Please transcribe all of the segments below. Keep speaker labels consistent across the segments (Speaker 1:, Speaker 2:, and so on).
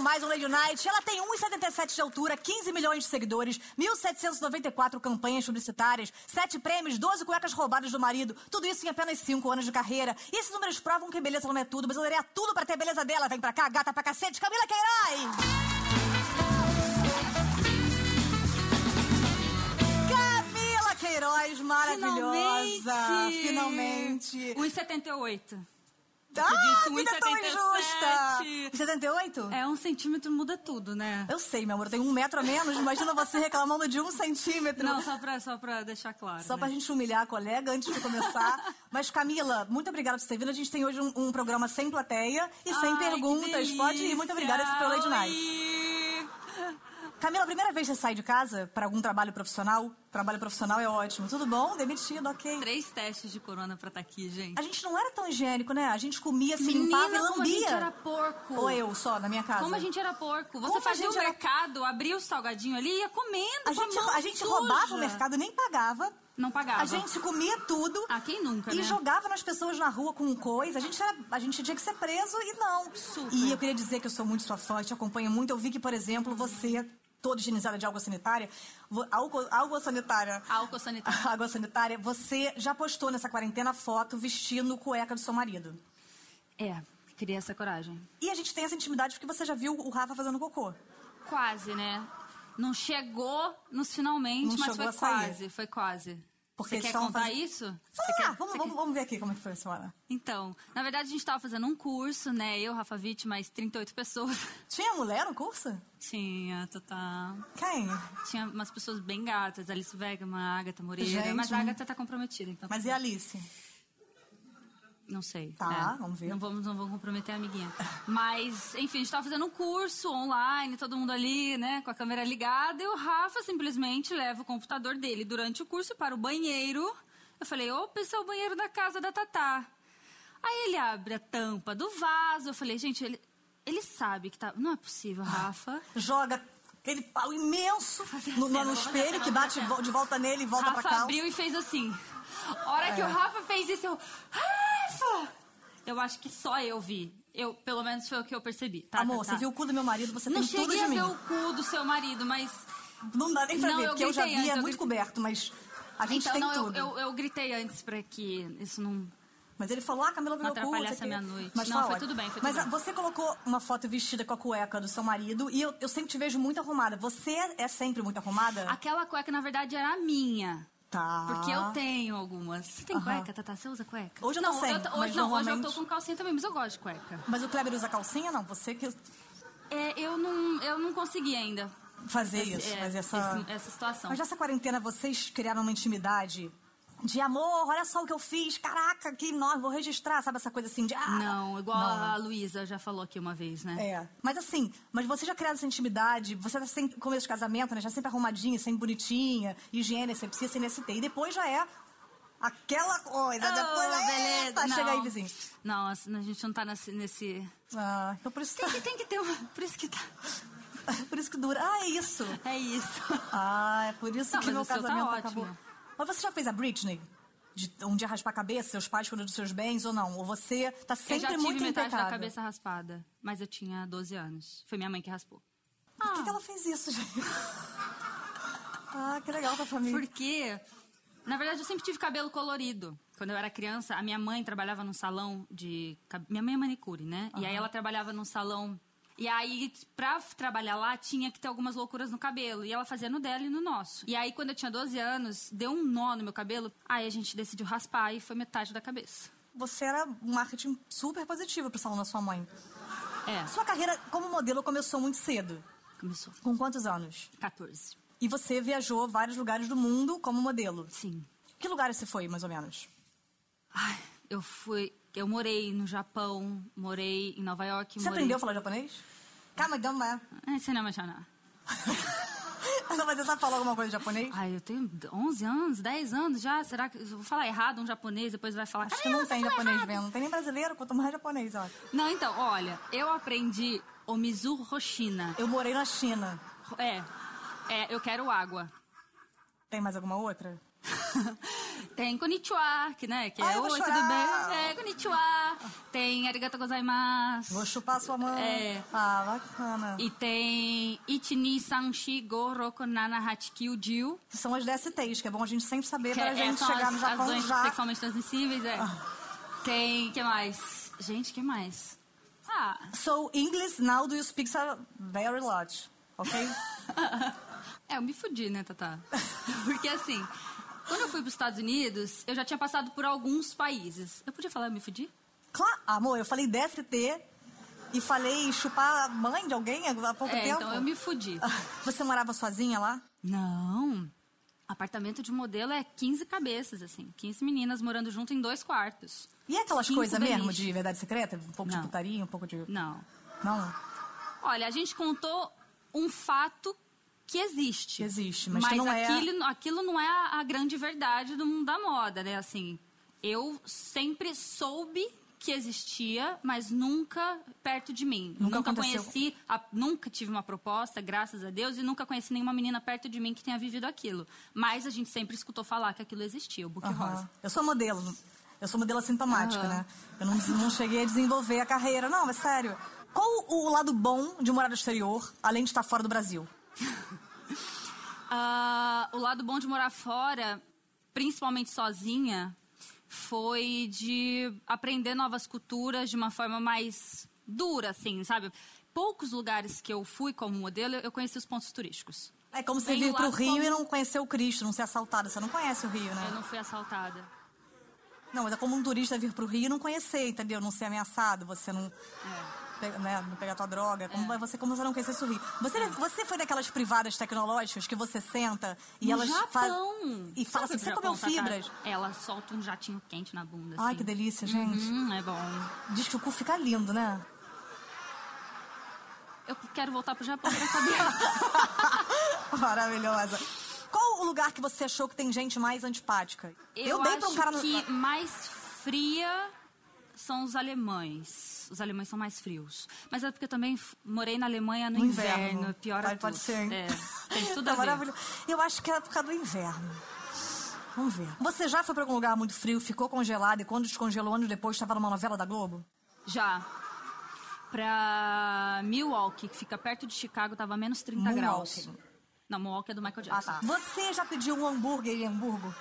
Speaker 1: mais um Lady Night. Ela tem 1,77 de altura, 15 milhões de seguidores, 1.794 campanhas publicitárias, 7 prêmios, 12 cuecas roubadas do marido. Tudo isso em apenas 5 anos de carreira. E esses números provam que beleza não é tudo, mas eu daria tudo pra ter a beleza dela. Vem pra cá, gata pra cacete, Camila Queiroz! Camila Queiroz, maravilhosa! Finalmente!
Speaker 2: 1,78.
Speaker 1: Ah,
Speaker 2: disse
Speaker 1: vida é tão
Speaker 2: 1,77.
Speaker 1: injusta! 78?
Speaker 2: É, um centímetro muda tudo, né?
Speaker 1: Eu sei, meu amor, eu tenho um metro a menos. Imagina você reclamando de um centímetro.
Speaker 2: Não, só pra, só pra deixar claro.
Speaker 1: Só
Speaker 2: né?
Speaker 1: pra gente humilhar a colega antes de começar. Mas, Camila, muito obrigada por ter vindo. A gente tem hoje um, um programa sem plateia e sem
Speaker 2: Ai, que
Speaker 1: perguntas. Pode ir. Muito
Speaker 2: delícia.
Speaker 1: obrigada pelo Lady Night.
Speaker 2: Oi.
Speaker 1: Camila, a primeira vez que você sai de casa pra algum trabalho profissional? Trabalho profissional é ótimo. Tudo bom? Demitido, ok.
Speaker 2: Três testes de corona pra estar aqui, gente.
Speaker 1: A gente não era tão higiênico, né? A gente comia, se limpava e
Speaker 2: Menina, como a
Speaker 1: lambia.
Speaker 2: gente era porco.
Speaker 1: Ou eu só, na minha casa.
Speaker 2: Como a gente era porco. Você
Speaker 1: Como a
Speaker 2: fazia o
Speaker 1: gente era-
Speaker 2: mercado, abria o salgadinho ali e ia comendo.
Speaker 1: A
Speaker 2: com
Speaker 1: gente,
Speaker 2: mão
Speaker 1: a gente
Speaker 2: suja.
Speaker 1: roubava o mercado, nem pagava.
Speaker 2: Não pagava.
Speaker 1: A gente comia tudo.
Speaker 2: Ah, quem nunca,
Speaker 1: E
Speaker 2: né?
Speaker 1: jogava nas pessoas na rua com coisa. A gente, era- a gente tinha que ser preso e não.
Speaker 2: Super.
Speaker 1: E eu queria dizer que eu sou muito sua fã, te acompanho muito. Eu vi que, por exemplo, você, toda higienizada de água sanitária, vo- álcool, água sanitária.
Speaker 2: Álcool sanitário.
Speaker 1: Água sanitária, você já postou nessa quarentena foto vestindo cueca do seu marido.
Speaker 2: É, queria essa coragem.
Speaker 1: E a gente tem essa intimidade porque você já viu o Rafa fazendo cocô.
Speaker 2: Quase, né? Não chegou nos finalmente,
Speaker 1: Não
Speaker 2: mas
Speaker 1: chegou
Speaker 2: foi
Speaker 1: a sair.
Speaker 2: quase, foi quase.
Speaker 1: Porque
Speaker 2: Você quer
Speaker 1: só
Speaker 2: contar
Speaker 1: faz-
Speaker 2: isso? Você
Speaker 1: Vamos
Speaker 2: quer-
Speaker 1: lá, vamos,
Speaker 2: você
Speaker 1: vamos, vamos ver aqui como é que foi a semana.
Speaker 2: quer- Então, na verdade a gente tava fazendo um curso, né? Eu, Rafa Witt, mais 38 pessoas.
Speaker 1: Tinha mulher no curso?
Speaker 2: Tinha, Tatá.
Speaker 1: Quem?
Speaker 2: Tinha umas pessoas bem gatas, Alice Vegman, Agatha Moreira.
Speaker 1: Gente,
Speaker 2: mas
Speaker 1: hum.
Speaker 2: a Agatha tá comprometida, então.
Speaker 1: Mas e a Alice?
Speaker 2: Não sei.
Speaker 1: Tá,
Speaker 2: é.
Speaker 1: vamos ver.
Speaker 2: Não vamos, não vamos comprometer a amiguinha. Mas, enfim, a gente tava fazendo um curso online, todo mundo ali, né, com a câmera ligada, e o Rafa simplesmente leva o computador dele durante o curso para o banheiro. Eu falei, opa, esse é o banheiro da casa da Tatá. Aí ele abre a tampa do vaso, eu falei, gente, ele, ele sabe que tá. Não é
Speaker 1: Ah.
Speaker 2: possível, Rafa.
Speaker 1: joga aquele pau imenso
Speaker 2: é
Speaker 1: no, no- no espelho que bate vo- de volta nele e volta pra É.
Speaker 2: Rafa
Speaker 1: cá.
Speaker 2: abriu e fez assim. A hora que o Rafa fez isso, eu. Rafa! Eu acho que só eu vi. Eu, pelo menos foi o que eu percebi. Tá,
Speaker 1: Amor,
Speaker 2: tá, tá.
Speaker 1: você viu o cu do meu marido, você
Speaker 2: Não
Speaker 1: tem tudo
Speaker 2: cheguei a
Speaker 1: de mim.
Speaker 2: ver o cu do seu marido, mas.
Speaker 1: Não dá nem pra
Speaker 2: Não,
Speaker 1: ver,
Speaker 2: eu
Speaker 1: porque eu já vi,
Speaker 2: gritei antes,
Speaker 1: é
Speaker 2: eu
Speaker 1: muito
Speaker 2: gritei.
Speaker 1: coberto, mas a gente
Speaker 2: então,
Speaker 1: tem
Speaker 2: não, eu-
Speaker 1: tudo.
Speaker 2: Eu, eu gritei antes pra que isso não.
Speaker 1: Mas ele falou, ah, Camila, meu
Speaker 2: Não
Speaker 1: cu.
Speaker 2: atrapalhasse
Speaker 1: sei o quê.
Speaker 2: a minha noite.
Speaker 1: Mas
Speaker 2: Não,
Speaker 1: tá
Speaker 2: foi
Speaker 1: ótimo.
Speaker 2: tudo bem, foi tudo
Speaker 1: Mas a-
Speaker 2: bem.
Speaker 1: você colocou uma foto vestida com a cueca do seu marido e eu, eu sempre te vejo muito arrumada. Você é sempre muito arrumada?
Speaker 2: Aquela cueca, na verdade, era a minha.
Speaker 1: Tá.
Speaker 2: Porque eu tenho algumas. Você tem
Speaker 1: Aham.
Speaker 2: cueca, Tatá? Você usa cueca?
Speaker 1: Hoje eu tô
Speaker 2: não,
Speaker 1: sem,
Speaker 2: tô-
Speaker 1: mas
Speaker 2: hoje, não, hoje eu tô
Speaker 1: normalmente-
Speaker 2: com calcinha também, mas eu gosto de cueca.
Speaker 1: Mas o Kleber usa calcinha? Não, você que
Speaker 2: É, eu, não, eu não consegui ainda.
Speaker 1: fazer
Speaker 2: Esse-
Speaker 1: isso,
Speaker 2: é,
Speaker 1: fazer essa...
Speaker 2: esse- essa situação.
Speaker 1: Mas nessa quarentena vocês criaram uma intimidade de amor, olha só o que eu fiz, caraca, que nós vou registrar, sabe essa coisa assim de ah,
Speaker 2: Não, igual
Speaker 1: não,
Speaker 2: a Luísa já falou aqui uma vez, né?
Speaker 1: É. Mas assim, mas você já criaram essa intimidade, você tá sempre começo de casamento, né? Já sempre arrumadinha, sempre bonitinha, higiene, asepsia, sem ST. E depois já é aquela coisa, depois já
Speaker 2: Oh,
Speaker 1: é,
Speaker 2: beleza.
Speaker 1: eita,
Speaker 2: não.
Speaker 1: chega aí, vizinho.
Speaker 2: Não, a gente não tá nesse. nesse...
Speaker 1: Ah, então por isso
Speaker 2: Tem
Speaker 1: que,
Speaker 2: que, tem que ter uma. Por isso que tá.
Speaker 1: por isso que dura. Ah, é isso.
Speaker 2: É isso.
Speaker 1: Ah, é por isso
Speaker 2: Não,
Speaker 1: que
Speaker 2: mas
Speaker 1: meu
Speaker 2: o seu tá
Speaker 1: casamento
Speaker 2: ótimo.
Speaker 1: acabou. Mas você já fez a Britney? De um dia raspar a cabeça, seus pais cuidam dos seus bens ou não? Ou você tá
Speaker 2: Eu
Speaker 1: sempre
Speaker 2: já tive
Speaker 1: muito
Speaker 2: metade
Speaker 1: impecável?
Speaker 2: da cabeça raspada, mas eu tinha 12 anos. Foi minha mãe que raspou.
Speaker 1: Por que, que ela fez isso, gente? ah, que legal pra família.
Speaker 2: Porque, na verdade, eu sempre tive cabelo colorido. Quando eu era criança, a minha mãe trabalhava num salão de. cab- Minha mãe é manicure, né? E aí ela trabalhava num salão. E aí, pra f- trabalhar lá, tinha que ter algumas loucuras no cabelo. E ela fazia no dela e no nosso. E aí, quando eu tinha 12 anos, deu um nó no meu cabelo. Aí a gente decidiu raspar e foi metade da cabeça.
Speaker 1: Você era um marketing super positivo pro salão da sua mãe.
Speaker 2: É,
Speaker 1: Sua carreira como modelo começou muito cedo.
Speaker 2: começou.
Speaker 1: Com quantos anos?
Speaker 2: 14.
Speaker 1: E você viajou vários lugares do mundo como modelo.
Speaker 2: Sim.
Speaker 1: Que lugares você foi, mais ou menos?
Speaker 2: Ai, eu fui. Eu morei no Japão, morei em Nova York.
Speaker 1: Você
Speaker 2: morei...
Speaker 1: aprendeu a falar japonês? Kamadama.
Speaker 2: É, você não é
Speaker 1: Não, mas você sabe falar alguma coisa em japonês?
Speaker 2: Ai, eu tenho 11 anos, 10 anos já. Será que eu vou falar errado um japonês depois vai falar?
Speaker 1: Acho que
Speaker 2: "Caramba,
Speaker 1: não
Speaker 2: você
Speaker 1: tem
Speaker 2: falou
Speaker 1: japonês
Speaker 2: errado."
Speaker 1: vendo. Não tem nem brasileiro, quanto mais japonês, ó.
Speaker 2: Não, então, olha, eu aprendi o Mizuru Roshina.
Speaker 1: Eu morei na China.
Speaker 2: É, é, eu quero água.
Speaker 1: Tem mais alguma outra?
Speaker 2: tem konnichiwa, que, né, que é
Speaker 1: Ai, Ah, eu
Speaker 2: oi,
Speaker 1: vou
Speaker 2: tudo
Speaker 1: chorar.
Speaker 2: bem? É, konnichiwa. Tem arigato gozaimasu.
Speaker 1: Vou chupar sua mão.
Speaker 2: É.
Speaker 1: Ah, bacana.
Speaker 2: E tem Ichini Sanshi Go Roko Nana Hachikiu Jiu.
Speaker 1: Que São as DSTs, que é bom a gente sempre saber
Speaker 2: Que
Speaker 1: pra
Speaker 2: é-
Speaker 1: gente
Speaker 2: são
Speaker 1: chegar
Speaker 2: as,
Speaker 1: no Japão
Speaker 2: as doenças
Speaker 1: já. Ah.
Speaker 2: sexualmente transmissíveis, é. Tem, que mais? Gente, que mais? Ah,
Speaker 1: So, English now do you speak so very lot, ok?
Speaker 2: É, eu me fudi, né, Tata? Porque assim, quando eu fui pros Estados Unidos, eu já tinha passado por alguns países. Eu podia falar eu me fudi?
Speaker 1: claro, ah, amor, eu falei DST e falei chupar a mãe de alguém há pouco
Speaker 2: É,
Speaker 1: tempo. Ah,
Speaker 2: então eu me fudi.
Speaker 1: Você morava sozinha lá?
Speaker 2: Não. Apartamento de modelo é 15 cabeças, assim. 15 meninas morando junto em dois quartos.
Speaker 1: E é aquelas
Speaker 2: Cinco
Speaker 1: coisas mesmo
Speaker 2: beliches.
Speaker 1: de verdade secreta? Um pouco de
Speaker 2: Não.
Speaker 1: putaria, um pouco de.
Speaker 2: Não.
Speaker 1: Não?
Speaker 2: Olha, a gente contou um fato que existe.
Speaker 1: Que existe, mas que não é-
Speaker 2: aquilo, aquilo não é a, a grande verdade do mundo da moda, né? Assim, eu sempre soube que existia, mas nunca perto de mim.
Speaker 1: Nunca
Speaker 2: nunca
Speaker 1: aconteceu.
Speaker 2: conheci, a- nunca tive uma proposta, graças a Deus, e nunca conheci nenhuma menina perto de mim que tenha vivido aquilo. Mas a gente sempre escutou falar que aquilo existia, o buque
Speaker 1: Aham.
Speaker 2: rosa.
Speaker 1: Eu sou modelo. Eu sou modelo assintomática,
Speaker 2: Aham.
Speaker 1: né? Eu não, não cheguei a desenvolver a carreira. Não, mas sério. Qual o lado bom de morar no exterior, além de estar fora do Brasil?
Speaker 2: Ah, o lado bom de morar fora, principalmente sozinha, foi de aprender novas culturas de uma forma mais dura, assim, sabe? Poucos lugares que eu fui como modelo, eu conheci os pontos turísticos.
Speaker 1: É como você
Speaker 2: Tem
Speaker 1: vir
Speaker 2: o
Speaker 1: pro
Speaker 2: lado
Speaker 1: Rio e
Speaker 2: comum.
Speaker 1: não conhecer o Cristo, não ser assaltada. Você não conhece o Rio,
Speaker 2: Eu
Speaker 1: né?
Speaker 2: não fui assaltada.
Speaker 1: Não, mas é como um turista vir pro Rio e não conhecer, entendeu? Não ser ameaçado, você não.
Speaker 2: É. É.
Speaker 1: pe- né, não pegar tua droga, como vai você como você não conhecesse o Rio. Você, você foi daquelas privadas tecnológicas que você senta e
Speaker 2: No
Speaker 1: elas
Speaker 2: Japão!
Speaker 1: fazem. E fala
Speaker 2: Sabe
Speaker 1: assim: você
Speaker 2: pro
Speaker 1: comeu
Speaker 2: Japão, Tatá?
Speaker 1: fibras?
Speaker 2: Ela solta um jatinho quente na bunda,
Speaker 1: Ai, que
Speaker 2: assim.
Speaker 1: delícia, gente.
Speaker 2: Hum, é bom.
Speaker 1: Diz que o cu fica lindo, né?
Speaker 2: Eu quero voltar pro Japão pra saber.
Speaker 1: Maravilhosa. Qual o lugar que você achou que tem gente mais antipática?
Speaker 2: Eu,
Speaker 1: dei
Speaker 2: acho
Speaker 1: pra um cara no.
Speaker 2: que mais fria são os alemães. Os alemães são mais frios. Mas é porque eu também f- morei na Alemanha no,
Speaker 1: No
Speaker 2: inverno.
Speaker 1: inverno.
Speaker 2: Pior
Speaker 1: Pode-
Speaker 2: é
Speaker 1: pode
Speaker 2: tudo.
Speaker 1: ser, hein?
Speaker 2: É, tem tudo
Speaker 1: Tá
Speaker 2: a ver.
Speaker 1: maravilhoso. Eu acho que é por causa do inverno. Vamos ver. Você já foi pra algum lugar muito frio, ficou congelado e quando descongelou anos depois estava numa novela da Globo?
Speaker 2: Já. Pra Milwaukee, que fica perto de Chicago, tava menos 30 graus.
Speaker 1: Milwaukee. Ah, tá.
Speaker 2: Não, Milwaukee é do Michael Jackson.
Speaker 1: Você já pediu um hambúrguer em Hamburgo?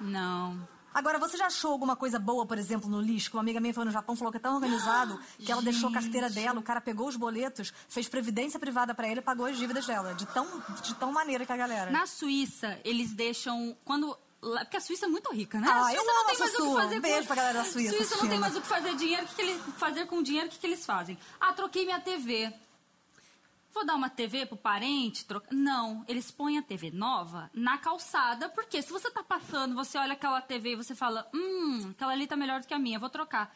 Speaker 2: Não.
Speaker 1: Agora, você já achou alguma coisa boa, por exemplo, no lixo? Que Uma amiga minha foi no Japão falou que é tão organizado que ela deixou a carteira dela, o cara pegou os boletos, fez previdência privada pra ele e pagou as dívidas dela. De tão, de tão maneira que a galera.
Speaker 2: Na Suíça, eles deixam. Quando. lá- Porque a Suíça é muito rica, né?
Speaker 1: Ah,
Speaker 2: a
Speaker 1: eu
Speaker 2: Suíça
Speaker 1: amo
Speaker 2: não tem
Speaker 1: a
Speaker 2: mais o que
Speaker 1: Sussu.
Speaker 2: fazer
Speaker 1: Beijo
Speaker 2: com...
Speaker 1: pra galera da Suíça
Speaker 2: Suíça não tem
Speaker 1: assistindo.
Speaker 2: mais o que fazer dinheiro. O que, que eles fazer com o dinheiro? O que, que eles fazem? Ah, troquei minha TV. Vou dar uma TV pro parente? Troca... Não, eles põem a TV nova na calçada, porque se você tá passando, você olha aquela TV e você fala, hum, aquela ali tá melhor do que a minha, vou trocar.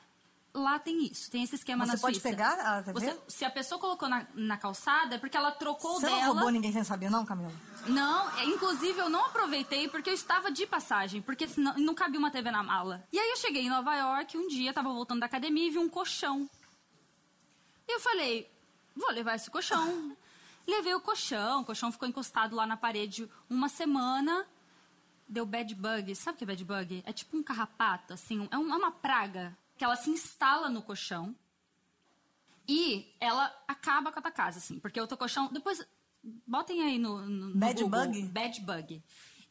Speaker 2: Lá tem isso, tem esse esquema
Speaker 1: Você
Speaker 2: na
Speaker 1: pode
Speaker 2: é Suíça.
Speaker 1: pegar ah, tá a TV?
Speaker 2: Você- se a pessoa colocou na, na calçada, é porque ela trocou
Speaker 1: Você
Speaker 2: dela.
Speaker 1: não roubou ninguém sem saber, não, Camila?
Speaker 2: Não, é, inclusive eu não aproveitei porque eu estava de passagem, porque senão não cabia uma TV na mala. E aí eu cheguei em Nova York um dia, tava voltando da academia e vi um colchão. E eu falei, vou levar esse colchão. Levei o colchão, o colchão ficou encostado lá na parede uma semana. Deu bad bug. Sabe o que é bad bug? É tipo um carrapato, assim, é um- é uma praga que ela se instala no colchão. E ela acaba com a tua casa, assim, porque o teu colchão. Depois, botem aí no. no no
Speaker 1: Bad
Speaker 2: Google,
Speaker 1: bug?
Speaker 2: Bad bug.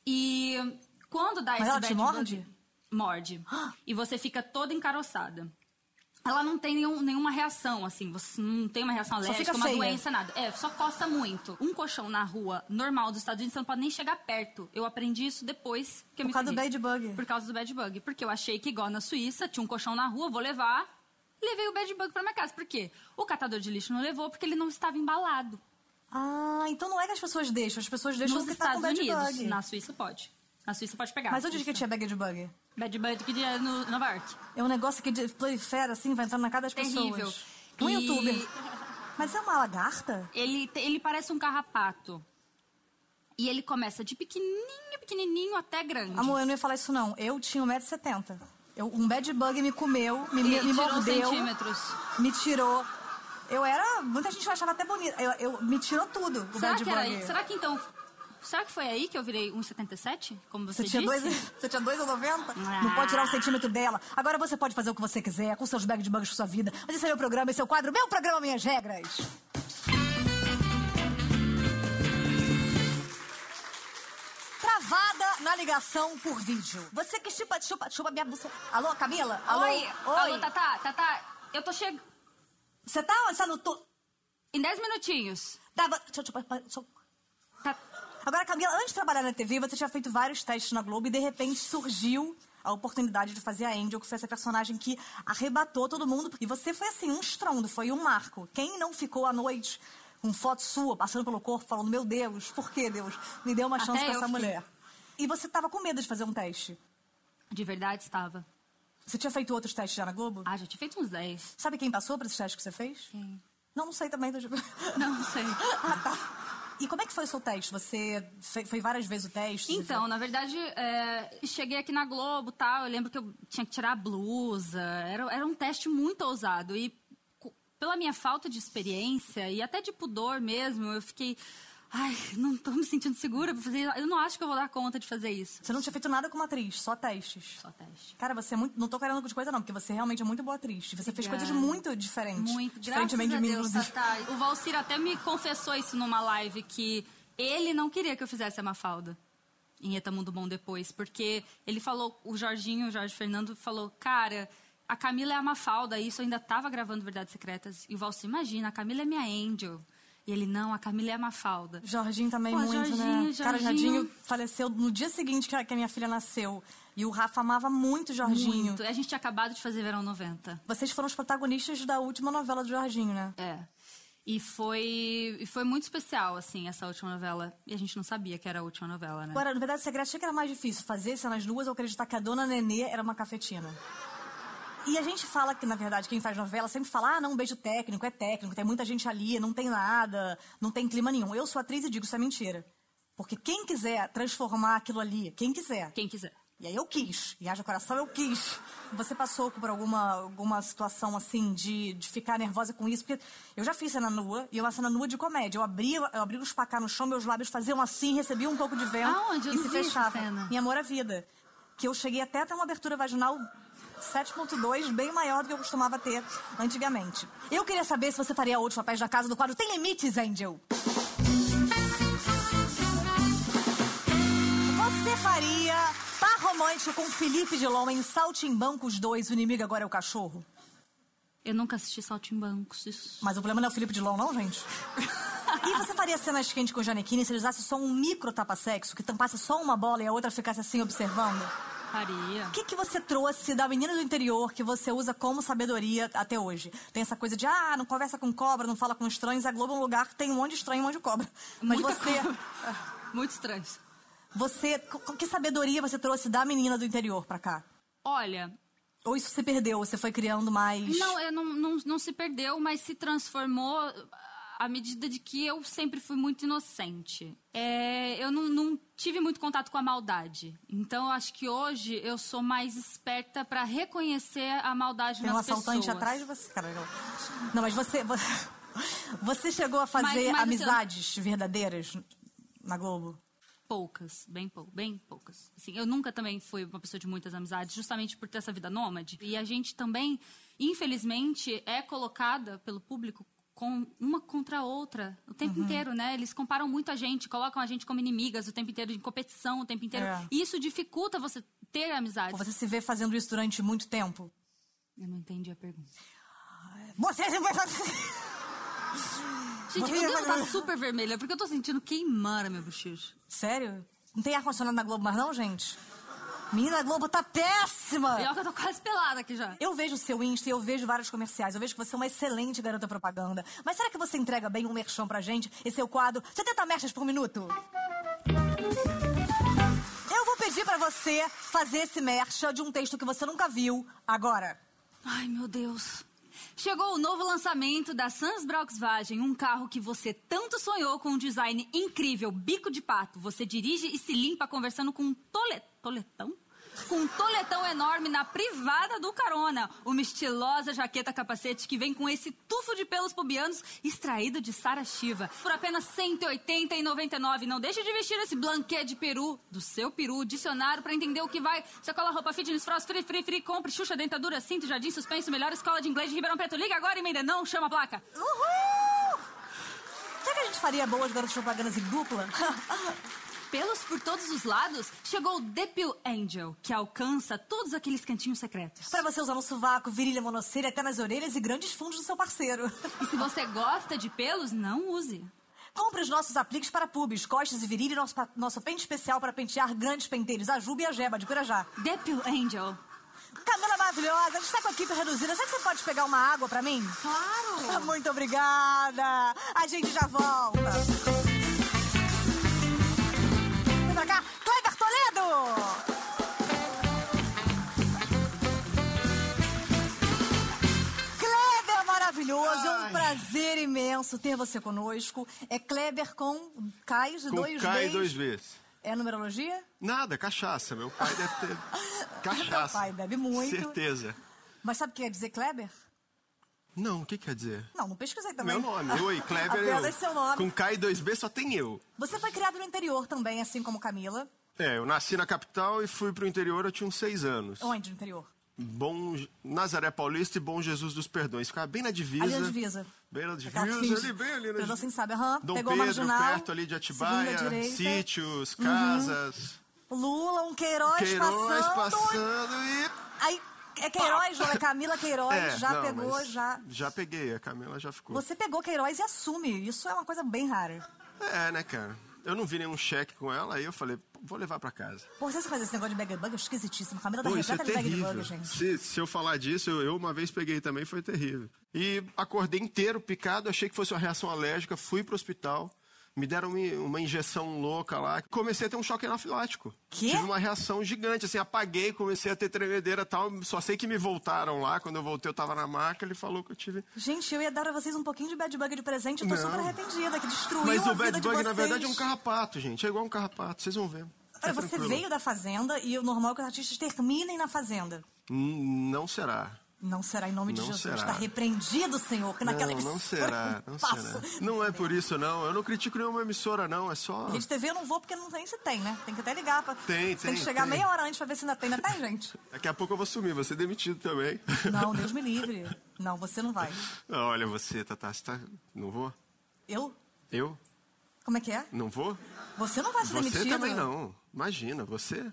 Speaker 2: E quando dá
Speaker 1: Mas
Speaker 2: esse
Speaker 1: ela te
Speaker 2: bad
Speaker 1: morde?
Speaker 2: bug. Morde. E você fica toda encaroçada. Ela não tem nenhum- nenhuma reação, assim, você não tem uma reação alérgica,
Speaker 1: fica
Speaker 2: uma
Speaker 1: feia.
Speaker 2: doença, nada. É, só coça muito. Um colchão na rua normal dos Estados Unidos, você não pode nem chegar perto. Eu aprendi isso depois que eu
Speaker 1: Por
Speaker 2: me
Speaker 1: causa do
Speaker 2: ferrei.
Speaker 1: bad bug.
Speaker 2: Por causa do bad bug. Porque eu achei que, igual na Suíça, tinha um colchão na rua, vou levar. Levei o bad bug pra minha casa. Por quê? O catador de lixo não levou porque ele não estava embalado.
Speaker 1: Ah, então não é que as pessoas deixam, as pessoas deixam
Speaker 2: Nos
Speaker 1: porque tá
Speaker 2: Estados
Speaker 1: com bad
Speaker 2: Unidos.
Speaker 1: bug.
Speaker 2: Na Suíça pode. Na Suíça pode pegar.
Speaker 1: Mas onde diz que é tinha bad bug?
Speaker 2: Bad bug que é no Nova York.
Speaker 1: É um negócio que de- prolifera assim, vai entrando na cara das
Speaker 2: Terrível.
Speaker 1: pessoas. Um
Speaker 2: E-
Speaker 1: youtuber. Mas é uma lagarta?
Speaker 2: Ele, te- ele parece um carrapato. E ele começa de pequenininho, pequenininho até grande.
Speaker 1: Amor, eu não ia falar isso não. Eu tinha 1,70m. Eu, um bad bug me comeu, me, me,
Speaker 2: E um
Speaker 1: me
Speaker 2: tirou
Speaker 1: mordeu,
Speaker 2: centímetros.
Speaker 1: me tirou. Eu era. Muita gente me achava até bonita. Eu, eu- me tirou tudo o
Speaker 2: Será
Speaker 1: bad
Speaker 2: que,
Speaker 1: bug.
Speaker 2: era, será que então Será que foi aí que eu virei 1,77? Como você,
Speaker 1: Você tinha,
Speaker 2: disse? Ah.
Speaker 1: dois, você tinha 2,90? Não pode tirar um centímetro dela. Agora você pode fazer o que você quiser, é com seus bag de bugs com sua vida. Mas esse é meu programa, esse é o quadro Meu Programa Minhas Regras. Travada na ligação por vídeo. Você que chupa, chupa, chupa minha buceta. Alô, Camila? Alô?
Speaker 2: Oi, alô, tá- Tatá, Tatá, eu tô chegando.
Speaker 1: Você tá, você tá no... Tu...
Speaker 2: Em 10 minutinhos.
Speaker 1: Tava... Deixa, eu- deixa, eu- deixa eu-
Speaker 2: Tá-
Speaker 1: Agora, Camila, antes de trabalhar na TV, você tinha feito vários testes na Globo e de repente surgiu a oportunidade de fazer a Angel, que foi essa personagem que arrebatou todo mundo. E você foi assim, um estrondo, foi um marco. Quem não ficou à noite com foto sua passando pelo corpo, falando: Meu Deus, por que Deus? Me deu uma
Speaker 2: Até
Speaker 1: chance com
Speaker 2: eu
Speaker 1: essa
Speaker 2: fiquei.
Speaker 1: mulher. E você tava com medo de fazer um teste.
Speaker 2: De verdade estava.
Speaker 1: Você tinha feito outros testes já na Globo?
Speaker 2: Ah, já tinha feito uns 10.
Speaker 1: Sabe quem passou por esses testes que você fez?
Speaker 2: Quem?
Speaker 1: Não, não sei também. Tô...
Speaker 2: Não sei.
Speaker 1: ah, tá. E como é que foi o seu teste? Você fe- foi várias vezes o teste?
Speaker 2: Então, na verdade, é, cheguei aqui na Globo tal. Eu lembro que eu tinha que tirar a blusa. Era, era um teste muito ousado. E co- pela minha falta de experiência e até de pudor mesmo, eu fiquei. Ai, não tô me sentindo segura pra fazer. Eu não acho que eu vou dar conta de fazer isso.
Speaker 1: Você não tinha feito nada como atriz, só testes.
Speaker 2: Só teste.
Speaker 1: Cara, você é muito. Não tô querendo de coisa, não, porque você realmente é muito boa atriz. Você fez
Speaker 2: Obrigada.
Speaker 1: coisas muito diferentes.
Speaker 2: Muito, graças
Speaker 1: Diferentemente
Speaker 2: a
Speaker 1: de mim,
Speaker 2: Deus, tá-
Speaker 1: inclusive.
Speaker 2: Tatá. O Valcir até me confessou isso numa live, que ele não queria que eu fizesse a Mafalda em Eta Mundo Bom depois, porque ele falou, o Jorginho, o Jorge Fernando, falou, cara, a Camila é a Mafalda, e isso eu ainda tava gravando Verdades Secretas, e o Valcir, imagina, a Camila é minha angel. E ele, não, a Camila é a Mafalda.
Speaker 1: Jorginho também
Speaker 2: Pô,
Speaker 1: muito, né?
Speaker 2: Jorginho,
Speaker 1: Cara, o Jorginho
Speaker 2: Jorginho
Speaker 1: faleceu no dia seguinte que a, que a minha filha nasceu. E o Rafa amava muito o Jorginho.
Speaker 2: Muito. A gente tinha acabado de fazer Verão 90.
Speaker 1: Vocês foram os protagonistas da última novela do Jorginho, né?
Speaker 2: É. E foi, e foi muito especial, assim, essa última novela. E a gente não sabia que era a última novela, né?
Speaker 1: Agora, na verdade, secreta, achei que era mais difícil fazer cenas nuas ou acreditar que a dona Nenê era uma cafetina. E a gente fala que, na verdade, quem faz novela sempre fala: ah, não, beijo técnico, é técnico, tem muita gente ali, não tem nada, não tem clima nenhum. Eu sou atriz e digo: isso é mentira. Porque quem quiser transformar aquilo ali, quem quiser.
Speaker 2: Quem quiser.
Speaker 1: E aí eu quis, e haja coração, eu quis. Você passou por alguma, alguma situação assim de, de ficar nervosa com isso? Porque eu já fiz cena nua, e é uma cena nua de comédia. Eu abria, eu abria os pacá no chão, meus lábios faziam assim, recebia um pouco de vento
Speaker 2: Aonde? Eu
Speaker 1: e
Speaker 2: não
Speaker 1: se
Speaker 2: vi essa
Speaker 1: fechava.
Speaker 2: cena.
Speaker 1: Em Amor à Vida. Que eu cheguei até a ter uma abertura vaginal 7.2, bem maior do que eu costumava ter antigamente. Eu queria saber se você faria outros papéis da casa do quadro Tem Limites, Angel? Você faria par romântico com Felipe Dilon em Saltimbancos 2, o inimigo agora é o cachorro?
Speaker 2: Eu nunca assisti Saltimbancos. Isso.
Speaker 1: Mas o problema não é o Felipe Dilon, não, gente? E você faria cenas quentes com Janequine se ele usasse só um micro tapa-sexo, que tampasse só uma bola e a outra ficasse assim observando?
Speaker 2: Faria.
Speaker 1: O que, que você trouxe da menina do interior que você usa como sabedoria até hoje? Tem essa coisa de, ah, não conversa com cobra, não fala com estranhos, a Globo é um lugar que tem um monte de estranho e um monte de cobra. Mas
Speaker 2: Muita
Speaker 1: você,
Speaker 2: cobra. Muito estranho.
Speaker 1: você, co- que sabedoria você trouxe da menina do interior pra cá?
Speaker 2: Olha,
Speaker 1: Ou isso se perdeu, você foi criando mais...
Speaker 2: não, é eu não, não, não se perdeu, mas se transformou à medida de que eu sempre fui muito inocente. É, eu não, não tive muito contato com a maldade. Então, eu acho que hoje eu sou mais esperta pra reconhecer a maldade
Speaker 1: Tem um
Speaker 2: nas pessoas.
Speaker 1: assaltante atrás de você, cara. eu- Não, mas você... vo- Você chegou a fazer
Speaker 2: Mas- mas
Speaker 1: amizades verdadeiras na Globo?
Speaker 2: Poucas, bem, pou, bem poucas. Assim, eu nunca também fui uma pessoa de muitas amizades, justamente por ter essa vida nômade. E a gente também, infelizmente, é colocada pelo público com uma contra a outra o tempo
Speaker 1: Uhum.
Speaker 2: inteiro, né? Eles comparam muito a gente, colocam a gente como inimigas o tempo inteiro, em competição o tempo inteiro.
Speaker 1: É.
Speaker 2: E isso dificulta você ter amizades.
Speaker 1: Ou você se vê fazendo isso durante muito tempo?
Speaker 2: Eu não entendi a pergunta.
Speaker 1: Você...
Speaker 2: Gente,
Speaker 1: Você
Speaker 2: meu
Speaker 1: vai-
Speaker 2: dedo tá super vermelha, porque eu tô sentindo queimar a minha bochecha.
Speaker 1: Sério? Não tem ar-condicionado na Globo mais não, gente? Menina, a Globo tá péssima!
Speaker 2: E olha que eu tô quase pelada aqui já.
Speaker 1: Eu vejo o seu Insta e eu vejo vários comerciais. Eu vejo que você é uma excelente garota propaganda. Mas será que você entrega bem um merchan pra gente? Esse é o quadro 70 mechas por minuto. Eu vou pedir pra você fazer esse merchan de um texto que você nunca viu agora.
Speaker 2: Ai, meu Deus. Chegou o novo lançamento da Sans Volkswagen, um carro que você tanto sonhou com um design incrível, bico de pato. Você dirige e se limpa conversando com um tole... toletão? com um toletão enorme na privada do carona. Uma estilosa jaqueta capacete que vem com esse tufo de pelos pubianos extraído de Sara Shiva. Por apenas R$ 180,99. Não deixe de vestir esse blanquê de peru do seu peru. Dicionário para entender o que vai. Sacola, roupa, fitness, frost, free, free, free. Compre, xuxa, dentadura, cinto, jardim, suspenso. Melhor escola de inglês de Ribeirão Preto. Liga agora e ainda não chama a placa.
Speaker 1: Uhul! Será que a gente faria boas garotas propagandas em dupla?
Speaker 2: Pelos por todos os lados, chegou o Depil Angel, que alcança todos aqueles cantinhos secretos.
Speaker 1: Pra você usar no sovaco, virilha monocelha, até nas orelhas e grandes fundos do seu parceiro.
Speaker 2: E se você gosta de pelos, não use.
Speaker 1: Compre os nossos apliques para pubs, costas e virilha e nosso, pa- nosso pente especial para pentear grandes penteiros, a Juba e a Jeba de Curajá.
Speaker 2: Depil Angel.
Speaker 1: Camila é maravilhosa, a gente tá com a equipe reduzida. Será que você pode pegar uma água pra mim?
Speaker 2: Claro!
Speaker 1: Ah, Muito obrigada! A gente já volta! Vem pra cá, Cleber Toledo! Kleber maravilhoso, é um
Speaker 3: Ai.
Speaker 1: prazer imenso ter você conosco. É Kleber com Cais e
Speaker 3: Com
Speaker 1: dois
Speaker 3: K e
Speaker 1: Bs.
Speaker 3: dois Bs.
Speaker 1: É numerologia?
Speaker 3: Nada, cachaça. Meu pai deve ter. Cachaça.
Speaker 1: Meu pai bebe muito.
Speaker 3: Certeza.
Speaker 1: Mas sabe o que quer dizer Kleber?
Speaker 3: Não, o que quer dizer?
Speaker 1: Não, não pesquisei também.
Speaker 3: Meu nome, eu e Kleber.
Speaker 1: Apenas
Speaker 3: eu.
Speaker 1: seu nome.
Speaker 3: Com K e dois B só tem eu.
Speaker 1: Você foi criado no interior também, assim como Camila.
Speaker 3: É, eu nasci na capital e fui pro interior, eu tinha uns seis anos.
Speaker 1: Onde no interior?
Speaker 3: Bom Je- Nazaré Paulista e Bom Jesus dos Perdões. Ficava bem na divisa.
Speaker 1: Ali na divisa.
Speaker 3: Bem na divisa,
Speaker 1: Aquela que finge.
Speaker 3: ali bem ali na
Speaker 1: Pelo
Speaker 3: divisa.
Speaker 1: assim, sabe, aham.
Speaker 3: Dom
Speaker 1: Pegou a
Speaker 3: Pedro,
Speaker 1: marginal,
Speaker 3: perto ali de
Speaker 1: segunda
Speaker 3: Atibaia,
Speaker 1: direita. Uhum.
Speaker 3: sítios, casas,
Speaker 1: Lula, um Queiroz,
Speaker 3: Queiroz
Speaker 1: passando.
Speaker 3: passando e
Speaker 1: Aí é Queiroz, não é Camila Queiroz,
Speaker 3: É,
Speaker 1: já
Speaker 3: não,
Speaker 1: pegou,
Speaker 3: mas
Speaker 1: já.
Speaker 3: Já peguei, a Camila já ficou.
Speaker 1: Você pegou Queiroz e assume. Isso é uma coisa bem rara.
Speaker 3: É, né, cara? Eu não vi nenhum cheque com ela, aí eu falei, "Pô, vou levar pra casa.
Speaker 1: Por que você faz esse negócio de bag bug? É esquisitíssimo. Camila tá
Speaker 3: Pô, isso é
Speaker 1: repleta de bag bug,
Speaker 3: terrível.
Speaker 1: gente.
Speaker 3: Se, se eu falar disso, eu, eu uma vez peguei também, foi terrível. E acordei inteiro picado, achei que fosse uma reação alérgica, fui pro hospital, me deram uma, uma injeção louca lá, comecei a ter um choque anafilático.
Speaker 1: Quê?
Speaker 3: Tive uma reação gigante, assim, apaguei, comecei a ter tremedeira e tal, só sei que me voltaram lá, quando eu voltei eu tava na maca, ele falou que eu tive...
Speaker 1: Gente, eu ia dar a vocês um pouquinho de bad bug de presente. Eu tô
Speaker 3: Não.
Speaker 1: super arrependida, que destruiu
Speaker 3: Mas
Speaker 1: a vida
Speaker 3: o Bad
Speaker 1: de
Speaker 3: Bug,
Speaker 1: vocês.
Speaker 3: na verdade, é um carrapato, gente. É igual um carrapato, vocês vão ver.
Speaker 1: Olha,
Speaker 3: É
Speaker 1: você
Speaker 3: tranquilo.
Speaker 1: veio da Fazenda e o normal é que os artistas terminem na Fazenda.
Speaker 3: Hum, Não será.
Speaker 1: Não será em nome de
Speaker 3: Não
Speaker 1: Jesus.
Speaker 3: será.
Speaker 1: Está repreendido, Senhor, que naquela
Speaker 3: Não, não
Speaker 1: emissora
Speaker 3: será, não
Speaker 1: passa.
Speaker 3: será. Não é por isso, não. Eu não critico nenhuma emissora, não. É só.
Speaker 1: Rede TV eu não vou porque não tem se tem, né? Tem que até ligar. Pra...
Speaker 3: Tem,
Speaker 1: Tem
Speaker 3: tem,
Speaker 1: que chegar
Speaker 3: tem.
Speaker 1: meia hora antes pra ver se ainda tem. Ainda tem, gente?
Speaker 3: Daqui a pouco eu vou sumir, vou ser demitido também.
Speaker 1: Não, Deus me livre. Não, você não vai.
Speaker 3: Não, Olha, você, Tatá, você tá. Não vou?
Speaker 1: Eu?
Speaker 3: Eu?
Speaker 1: Como é que é?
Speaker 3: Não vou?
Speaker 1: Você tá não vai ser
Speaker 3: Você
Speaker 1: demitido?
Speaker 3: também não. Imagina, você?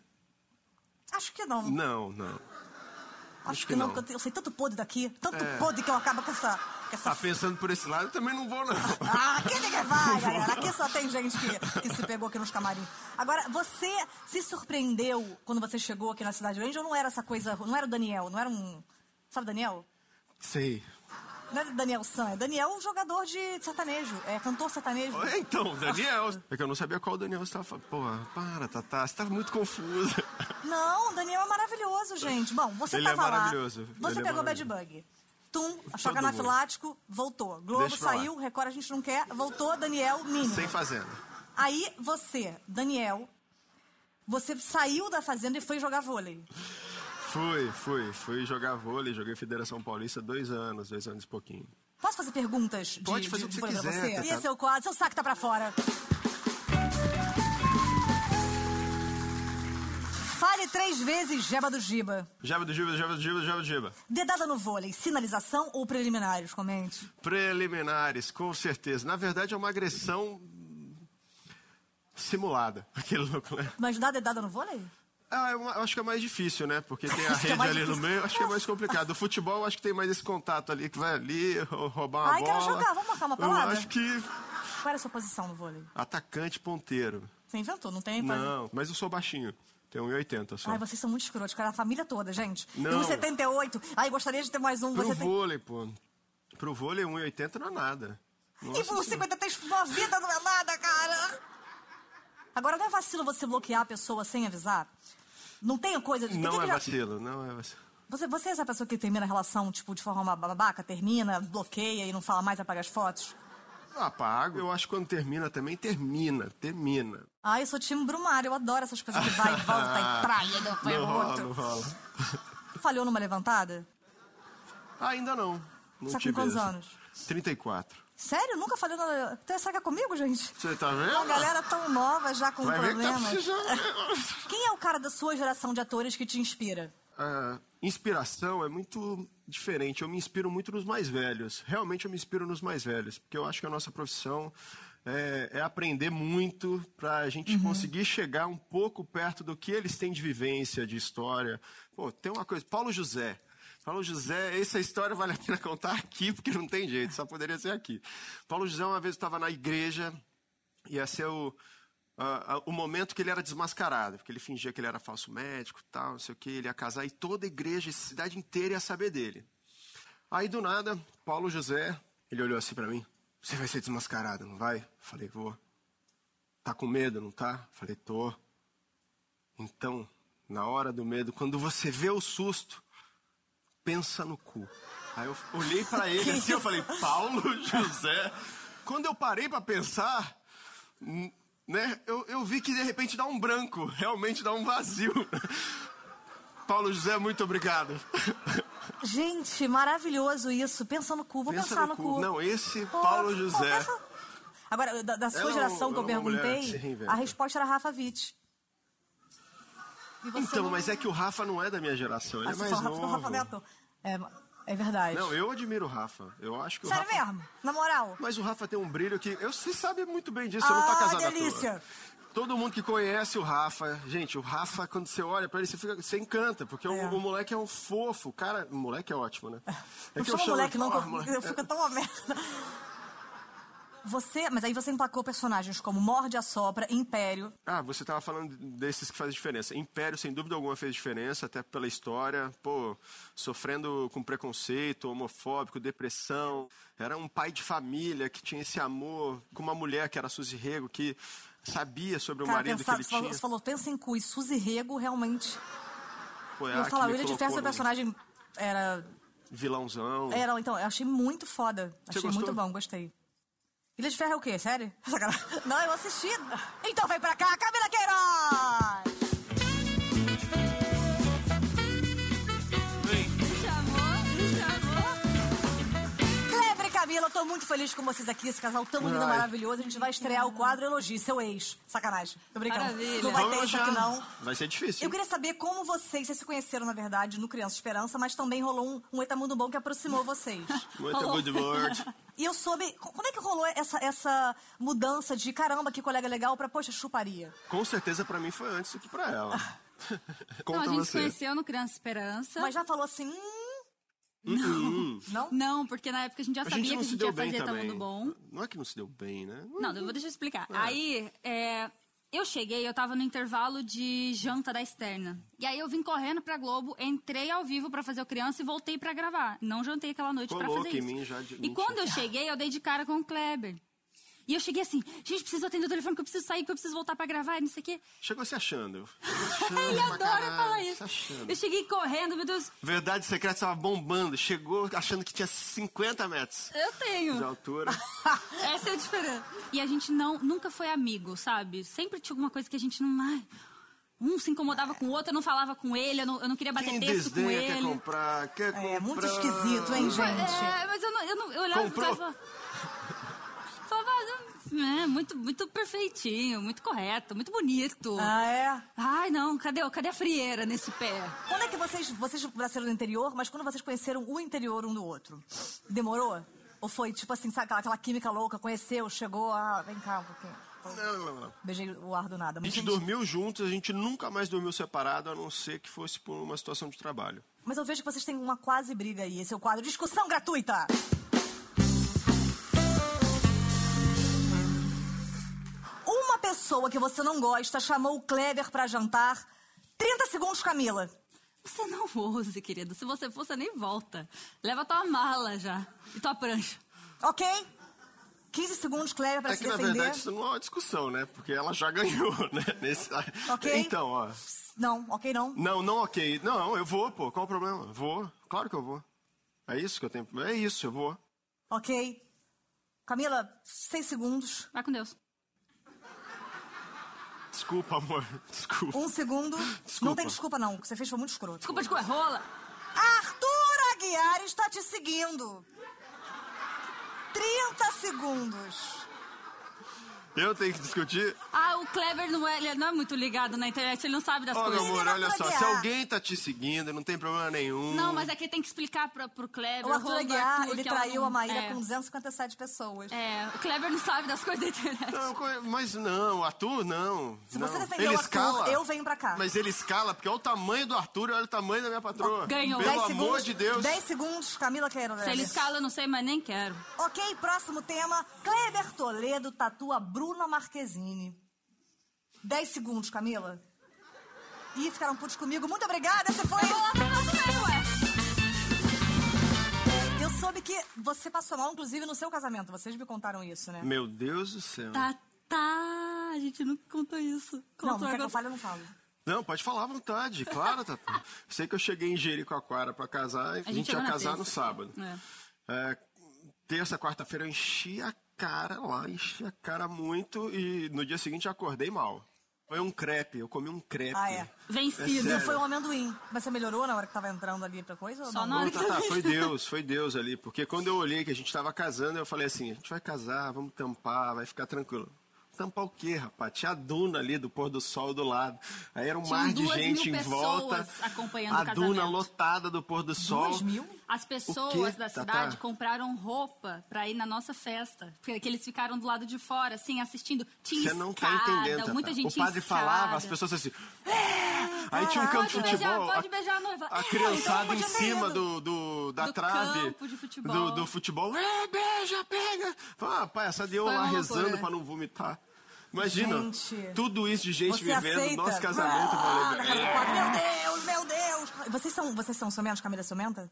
Speaker 1: Acho que não.
Speaker 3: Não, não.
Speaker 1: Acho, que,
Speaker 3: que
Speaker 1: não,
Speaker 3: não.
Speaker 1: porque eu sei tanto podre daqui. Tanto
Speaker 3: É.
Speaker 1: podre que eu acabo com essa... Com essa...
Speaker 3: Tá pensando por esse lado, eu também não vou, não.
Speaker 1: Ah, quem que vai, galera? Aqui só tem gente que, que se pegou aqui nos camarins. Agora, você se surpreendeu quando você chegou aqui na Cidade Grande ou não era essa coisa... Não era o Daniel, não era um... Sabe o Daniel?
Speaker 3: Sei.
Speaker 1: Não é Daniel San, é Daniel um jogador de sertanejo, é cantor sertanejo.
Speaker 3: Então, Daniel. É que eu não sabia qual Daniel você tava falando. Porra, para, Tatá, você tá muito confusa.
Speaker 1: Não, o Daniel é maravilhoso, gente. Bom, você
Speaker 3: então. Ele
Speaker 1: tava
Speaker 3: é
Speaker 1: lá,
Speaker 3: maravilhoso, ele
Speaker 1: você
Speaker 3: é
Speaker 1: pegou bad
Speaker 3: maravilhoso.
Speaker 1: bug. Tum, choca
Speaker 3: mundo.
Speaker 1: anafilático, voltou. Globo
Speaker 3: Deixa pra lá.
Speaker 1: saiu, Record a gente não quer, voltou, Daniel, mínimo.
Speaker 3: Sem fazenda.
Speaker 1: né? Aí você, Daniel, você saiu da fazenda e foi jogar vôlei.
Speaker 3: Fui, fui, fui jogar vôlei, joguei Federação Paulista dois anos, dois anos e pouquinho.
Speaker 1: Posso fazer perguntas de,
Speaker 3: Pode fazer o que
Speaker 1: de
Speaker 3: você
Speaker 1: vôlei pra
Speaker 3: quiser,
Speaker 1: você?
Speaker 3: Tatá.
Speaker 1: E esse é o quadro, seu saco tá pra fora. Fale três vezes, Jeba do Giba.
Speaker 3: Jeba do Giba, Jeba do Giba, Jeba do Giba.
Speaker 1: Dedada no vôlei, sinalização ou preliminares? Comente.
Speaker 3: Preliminares, com certeza. Na verdade, é uma agressão simulada, aquele louco, né?
Speaker 1: Mas dá dedada no vôlei?
Speaker 3: Ah, eu acho que é mais difícil, né? Porque tem a
Speaker 1: Acho que é
Speaker 3: rede
Speaker 1: mais
Speaker 3: ali no
Speaker 1: difícil.
Speaker 3: meio, acho que é mais complicado. O futebol, acho que tem mais esse contato ali, que vai ali, rou- roubar uma
Speaker 1: Ai, quero
Speaker 3: bola.
Speaker 1: jogar, vamos marcar uma
Speaker 3: Eu
Speaker 1: pelada?
Speaker 3: acho que
Speaker 1: Qual era a sua posição no vôlei?
Speaker 3: atacante ponteiro.
Speaker 1: Você inventou, não tem? Ah,
Speaker 3: Não, mas eu sou baixinho. Tenho 1,80 só.
Speaker 1: Ai, vocês são muito escrotos, cara, a família toda, gente. E
Speaker 3: Não.
Speaker 1: um 78. Ai, gostaria de ter mais um.
Speaker 3: Pro
Speaker 1: Você tem...
Speaker 3: vôlei, pô. Pro vôlei, 1,80 não é nada.
Speaker 1: E por 53 uma vida não é nada, cara. Agora não é vacilo você bloquear a pessoa sem avisar? Não tem coisa de. tem
Speaker 3: Não
Speaker 1: que
Speaker 3: é
Speaker 1: já-
Speaker 3: vacilo, não é vacilo.
Speaker 1: Você, você é essa pessoa que termina a relação, tipo, de forma babaca, termina, bloqueia e não fala mais, apaga as fotos?
Speaker 3: Ah, pago. Eu acho que quando termina também, termina, termina.
Speaker 1: Ai, eu sou time Brumário, eu adoro essas coisas que vai e volta e praia, depois
Speaker 3: não rola,
Speaker 1: outro.
Speaker 3: não rola.
Speaker 1: Falhou numa levantada?
Speaker 3: Ainda não. não
Speaker 1: Só tá com
Speaker 3: tive
Speaker 1: quantos
Speaker 3: essa.
Speaker 1: anos?
Speaker 3: 34.
Speaker 1: Sério? Nunca falhou na. Então, será que é comigo, gente?
Speaker 3: Você tá vendo?
Speaker 1: Uma galera tão nova já com
Speaker 3: Vai ver que tá
Speaker 1: problemas.
Speaker 3: precisando.
Speaker 1: Quem é o cara da sua geração de atores que te inspira?
Speaker 3: a inspiração é muito diferente. Eu me inspiro muito nos mais velhos. Realmente eu me inspiro nos mais velhos, porque eu acho que a nossa profissão é, é aprender muito para a gente conseguir chegar um pouco perto do que eles têm de vivência, de história. Pô, tem uma coisa. Paulo José. Paulo José, essa história vale a pena contar aqui, porque não tem jeito, só poderia ser aqui. Paulo José, uma vez estava na igreja, ia ser o, a- a- o momento que ele era desmascarado, porque ele fingia que ele era falso médico, tal, não sei o que, ele ia casar e toda a igreja, a cidade inteira ia saber dele. Aí do nada, Paulo José, ele olhou assim pra mim: "Você vai ser desmascarado, não vai?" Eu Falei: "Vou". "Tá com medo, não tá?" Eu Falei: "Tô". Então, na hora do medo, quando você vê o susto, pensa no cu. Aí eu olhei pra ele assim, eu falei: "Paulo José". Quando eu parei pra pensar, n- né, eu, eu vi que de repente dá um branco, realmente dá um vazio. Paulo José, muito obrigado.
Speaker 1: Gente, maravilhoso isso. Pensa no cu, vou
Speaker 3: Pensa
Speaker 1: pensar no, cu.
Speaker 3: Não, esse
Speaker 1: Pô,
Speaker 3: Paulo
Speaker 1: pô,
Speaker 3: José.
Speaker 1: pensa- Agora, da, da sua
Speaker 3: Ela é um-
Speaker 1: geração que eu
Speaker 3: ela é uma mulher que se
Speaker 1: perguntei,
Speaker 3: reinventa.
Speaker 1: a resposta era Rafa Witt. E você
Speaker 3: Então,
Speaker 1: não-
Speaker 3: mas é que o Rafa não é da minha geração, ele
Speaker 1: Ah,
Speaker 3: é
Speaker 1: você
Speaker 3: mais
Speaker 1: falou Rafa, então Rafa
Speaker 3: novo.
Speaker 1: Neto. É, é verdade.
Speaker 3: Não, eu admiro o Rafa. Eu acho que o
Speaker 1: Sério
Speaker 3: Rafa...
Speaker 1: mesmo? Na moral?
Speaker 3: Mas o Rafa tem um brilho que. Eu, você sabe muito bem disso, eu não tá
Speaker 1: Ah,
Speaker 3: casado à
Speaker 1: delícia!
Speaker 3: toa. Todo mundo que conhece o Rafa, gente, o Rafa, quando você olha pra ele, você, fica, você encanta, porque o-
Speaker 1: É.
Speaker 3: o, moleque é um fofo. O cara, o moleque é ótimo, né? É
Speaker 1: Não
Speaker 3: que
Speaker 1: chama moleque, não,
Speaker 3: Ah,
Speaker 1: que eu-
Speaker 3: moleque.
Speaker 1: eu fico tão uma merda. Você, mas aí você emplacou personagens como Morde a Sopra, Império.
Speaker 3: Ah, você tava falando desses que fazem diferença. Império, sem dúvida alguma, fez diferença, até pela história. Pô, sofrendo com preconceito, homofóbico, depressão. Era um pai de família que tinha esse amor com uma mulher, que era a Suzy Rego, que sabia sobre o
Speaker 1: Cara,
Speaker 3: marido
Speaker 1: pensar,
Speaker 3: que ele
Speaker 1: você, falou,
Speaker 3: tinha.
Speaker 1: você falou, pensa em cu e Suzy Rego, realmente.
Speaker 3: Pô,
Speaker 1: eu
Speaker 3: é a
Speaker 1: ia
Speaker 3: que
Speaker 1: falar,
Speaker 3: me
Speaker 1: o William de
Speaker 3: colocou
Speaker 1: Ferro,
Speaker 3: num
Speaker 1: personagem era
Speaker 3: Vilãozão.
Speaker 1: É, não, então, eu achei muito foda.
Speaker 3: Você
Speaker 1: Achei
Speaker 3: gostou?
Speaker 1: muito bom, gostei. Ilha de Ferro é o quê? Sério? Sacanagem. Não, eu assisti. Então vem pra cá, Camila Queiroz!
Speaker 2: Me chamou, me chamou.
Speaker 1: Kleber e Camila, eu tô muito feliz com vocês aqui, esse casal tão lindo,
Speaker 3: Ai.
Speaker 1: maravilhoso. A gente vai estrear o quadro Elogie, seu ex. Sacanagem. Tô brincando.
Speaker 2: Maravilha.
Speaker 1: Não vai
Speaker 3: Vamos
Speaker 1: ter isso aqui,
Speaker 3: já.
Speaker 1: não.
Speaker 3: Vai ser difícil.
Speaker 1: Eu queria saber como vocês, vocês se conheceram, na verdade, no Criança Esperança, mas também rolou um, um Etamundo Bom que aproximou vocês.
Speaker 3: Muito
Speaker 2: Rolou.
Speaker 3: good word.
Speaker 1: E eu soube. Como é que rolou essa, essa mudança de caramba, que colega legal, pra poxa, chuparia?
Speaker 3: Com certeza pra mim foi antes do que pra ela.
Speaker 2: Então,
Speaker 3: Conta
Speaker 2: a gente se
Speaker 3: você.
Speaker 2: conheceu no Criança Esperança.
Speaker 1: Mas já falou assim. Hum,
Speaker 3: Uhum.
Speaker 1: não? Não?
Speaker 2: Não, porque na época a gente já
Speaker 3: A
Speaker 2: sabia
Speaker 3: gente
Speaker 2: que
Speaker 3: não
Speaker 2: a
Speaker 3: se
Speaker 2: gente
Speaker 3: deu
Speaker 2: ia
Speaker 3: bem
Speaker 2: fazer Tá
Speaker 3: também.
Speaker 2: Mundo Bom.
Speaker 3: Não é que não se deu bem, né?
Speaker 2: Não, eu vou deixar eu explicar. Aí, é, eu cheguei, eu tava no intervalo de janta da externa. E aí eu vim correndo pra Globo, entrei ao vivo pra fazer o Criança e voltei pra gravar. Não jantei aquela noite pra
Speaker 3: Colou
Speaker 2: fazer
Speaker 3: que
Speaker 2: isso.
Speaker 3: em mim já de-
Speaker 2: E
Speaker 3: mentira.
Speaker 2: quando eu cheguei, eu dei de cara com o Kleber. E eu cheguei assim, gente, preciso atender o telefone, que eu preciso sair, que eu preciso voltar pra gravar, e não sei o quê.
Speaker 3: Chegou se achando.
Speaker 2: Ele adora falar isso.
Speaker 3: tá achando.
Speaker 2: Eu cheguei correndo, meu Deus,
Speaker 3: Verdade Secreta estava bombando. Chegou achando que tinha 50 metros
Speaker 2: eu
Speaker 3: de
Speaker 2: tenho.
Speaker 3: altura.
Speaker 2: Essa é a diferença. E a gente não, nunca foi amigo, sabe? Sempre tinha alguma coisa que a gente não. ai, um se incomodava com o outro, eu não falava com ele, eu não, eu não queria bater
Speaker 3: Quem
Speaker 2: texto com
Speaker 3: desdenha quer
Speaker 2: ele.
Speaker 3: comprar, quer comprar.
Speaker 1: É muito esquisito, hein,
Speaker 2: Foi-
Speaker 1: gente?
Speaker 2: É, mas eu, não, eu, não, eu olhava pro
Speaker 3: Comprou.
Speaker 2: cara e falava. falava, "Ah, é, muito, muito perfeitinho, muito correto, muito bonito.
Speaker 1: Ah, é?
Speaker 2: Ai, não, cadê, cadê a frieira nesse pé?
Speaker 1: Quando é que vocês, vocês nasceram no interior, mas quando vocês conheceram o interior um do outro? Demorou? Ou foi tipo assim, sabe, aquela, aquela química louca, conheceu, chegou, ah, vem cá um pouquinho.
Speaker 3: Não, não, não.
Speaker 1: Beijei o ar do nada.
Speaker 3: A
Speaker 1: Mas,
Speaker 3: gente dormiu juntos, a gente nunca mais dormiu separado, a não ser que fosse por uma situação de trabalho.
Speaker 1: mas eu vejo que vocês têm uma quase briga aí. Esse é o quadro Discussão Gratuita. Uma pessoa que você não gosta chamou o Kleber pra jantar. 30 segundos, Camila.
Speaker 2: Você não ouse, querido. Se você for, você nem volta. Leva tua mala já e tua prancha.
Speaker 1: Ok? 15 segundos, Cléber, pra
Speaker 3: é
Speaker 1: se
Speaker 3: que, na
Speaker 1: defender.
Speaker 3: verdade, isso não é uma discussão, né? Porque ela já ganhou, né? Nesse...
Speaker 1: Ok.
Speaker 3: Então, ó.
Speaker 1: Não, ok, não.
Speaker 3: Não, não ok. Não, eu vou, pô. Qual o problema? Vou. Claro que eu vou. É isso que eu tenho. É isso, eu vou.
Speaker 1: Ok. Camila, seis segundos.
Speaker 2: Vai com Deus.
Speaker 3: Desculpa, amor. Desculpa.
Speaker 1: Um segundo.
Speaker 3: Desculpa.
Speaker 1: Não tem desculpa, não. O que você fez foi muito escroto.
Speaker 2: Desculpa de rola.
Speaker 1: Arthur Aguiar está te seguindo. 30 segundos.
Speaker 3: Eu tenho que discutir?
Speaker 2: Ah, o Kleber não é, ele não é muito ligado na internet, ele não sabe das
Speaker 3: Ó, meu
Speaker 2: coisas.
Speaker 3: amor,
Speaker 1: Menina
Speaker 3: olha só. Se
Speaker 1: plagiar.
Speaker 3: alguém tá te seguindo, não tem problema nenhum.
Speaker 2: Não, mas é que tem que explicar pra, pro Kleber.
Speaker 1: O Arthur
Speaker 2: arroba
Speaker 1: Aguiar,
Speaker 2: Arthur,
Speaker 1: ele
Speaker 2: que ela
Speaker 1: traiu
Speaker 2: não-
Speaker 1: a Maíra
Speaker 2: é.
Speaker 1: com 257 pessoas.
Speaker 2: É, o Kleber não sabe das coisas da internet.
Speaker 3: Não, co- mas não, o Arthur não.
Speaker 1: Se você
Speaker 3: não.
Speaker 1: defender o Arthur, eu venho pra cá.
Speaker 3: Mas ele escala, porque olha o tamanho do Arthur e olha o tamanho da minha patroa.
Speaker 2: Ganhou.
Speaker 3: Pelo
Speaker 2: Dez
Speaker 3: amor de Deus.
Speaker 1: 10 segundos, Camila Queiroz.
Speaker 2: Se ele escala, eu não sei, mas nem quero.
Speaker 1: Ok, próximo tema. Kleber Toledo tatua Bruna Marquezine. 10 segundos, Camila. Ih, ficaram putos comigo. Muito obrigada, você foi...
Speaker 2: Eu vou lá tatuar também, ué.
Speaker 1: Eu soube que você passou mal, inclusive, no seu casamento. Vocês me contaram isso, né?
Speaker 3: Meu Deus do céu.
Speaker 2: Tá, tá. A gente nunca contou isso.
Speaker 1: Não, não
Speaker 2: Contou
Speaker 1: quer que eu
Speaker 2: agora.
Speaker 1: fale, eu não falo.
Speaker 3: Não, pode falar à vontade, claro, tá. Sei que eu cheguei em Jericoacoara pra casar, e a gente ia
Speaker 2: chegou na
Speaker 3: casar no
Speaker 2: terça.
Speaker 3: sábado.
Speaker 2: É.
Speaker 3: É, terça, quarta-feira eu enchi a cara lá, enchi a cara muito e no dia seguinte eu acordei mal. Foi um crepe, eu comi um crepe.
Speaker 1: Ah, é.
Speaker 2: Vencido.
Speaker 1: Não
Speaker 3: sério.
Speaker 1: foi um amendoim. Mas você melhorou na hora que tava entrando ali pra coisa? ou
Speaker 2: Só
Speaker 1: não?
Speaker 2: na hora
Speaker 3: Não,
Speaker 2: que
Speaker 3: tá, tá, foi Deus, foi Deus ali, porque quando eu olhei que a gente tava casando, eu falei assim, a gente vai casar, vamos tampar, vai ficar tranquilo. Tampar o quê, rapaz? Tinha a duna ali do pôr do sol do lado. Aí era um
Speaker 2: Tinham
Speaker 3: mar de
Speaker 2: duas
Speaker 3: gente
Speaker 2: mil
Speaker 3: em volta.
Speaker 2: pessoas acompanhando
Speaker 3: a
Speaker 2: o
Speaker 3: duna
Speaker 2: casamento.
Speaker 3: lotada do pôr do sol.
Speaker 1: Duas mil?
Speaker 2: As
Speaker 3: O
Speaker 2: pessoas
Speaker 3: quê, Tá,
Speaker 2: da
Speaker 3: Tatá?
Speaker 2: cidade compraram roupa pra ir na nossa festa. Porque que eles ficaram do lado de fora, assim, assistindo. Tinha
Speaker 3: Você não tá
Speaker 2: escada,
Speaker 3: entendendo. Tatá.
Speaker 2: muita gente
Speaker 3: o padre
Speaker 2: escada.
Speaker 3: falava, as pessoas assim. "É!" Aí tinha um campo de
Speaker 2: Pode
Speaker 3: futebol.
Speaker 2: beijar, pode
Speaker 3: a-
Speaker 2: beijar a noiva.
Speaker 3: A
Speaker 2: É,
Speaker 3: criançada
Speaker 1: então
Speaker 3: em
Speaker 1: não podia ter
Speaker 3: cima
Speaker 1: ido.
Speaker 3: do, do- da
Speaker 2: Do
Speaker 3: trave.
Speaker 2: campo de futebol.
Speaker 3: Do, do futebol. É, beija, pega. Ah, pai, essa deu
Speaker 2: Foi
Speaker 3: lá
Speaker 2: uma
Speaker 3: rezando
Speaker 2: loucura.
Speaker 3: pra não vomitar. Imagina,
Speaker 1: Gente.
Speaker 3: tudo isso de gente
Speaker 1: Você
Speaker 3: vivendo
Speaker 1: aceita?
Speaker 3: nosso casamento. eu
Speaker 1: Ah,
Speaker 3: falei,
Speaker 1: na cara do quadro. Meu Deus, meu Deus. Vocês são, vocês são ciumentos, Camila é ciumenta?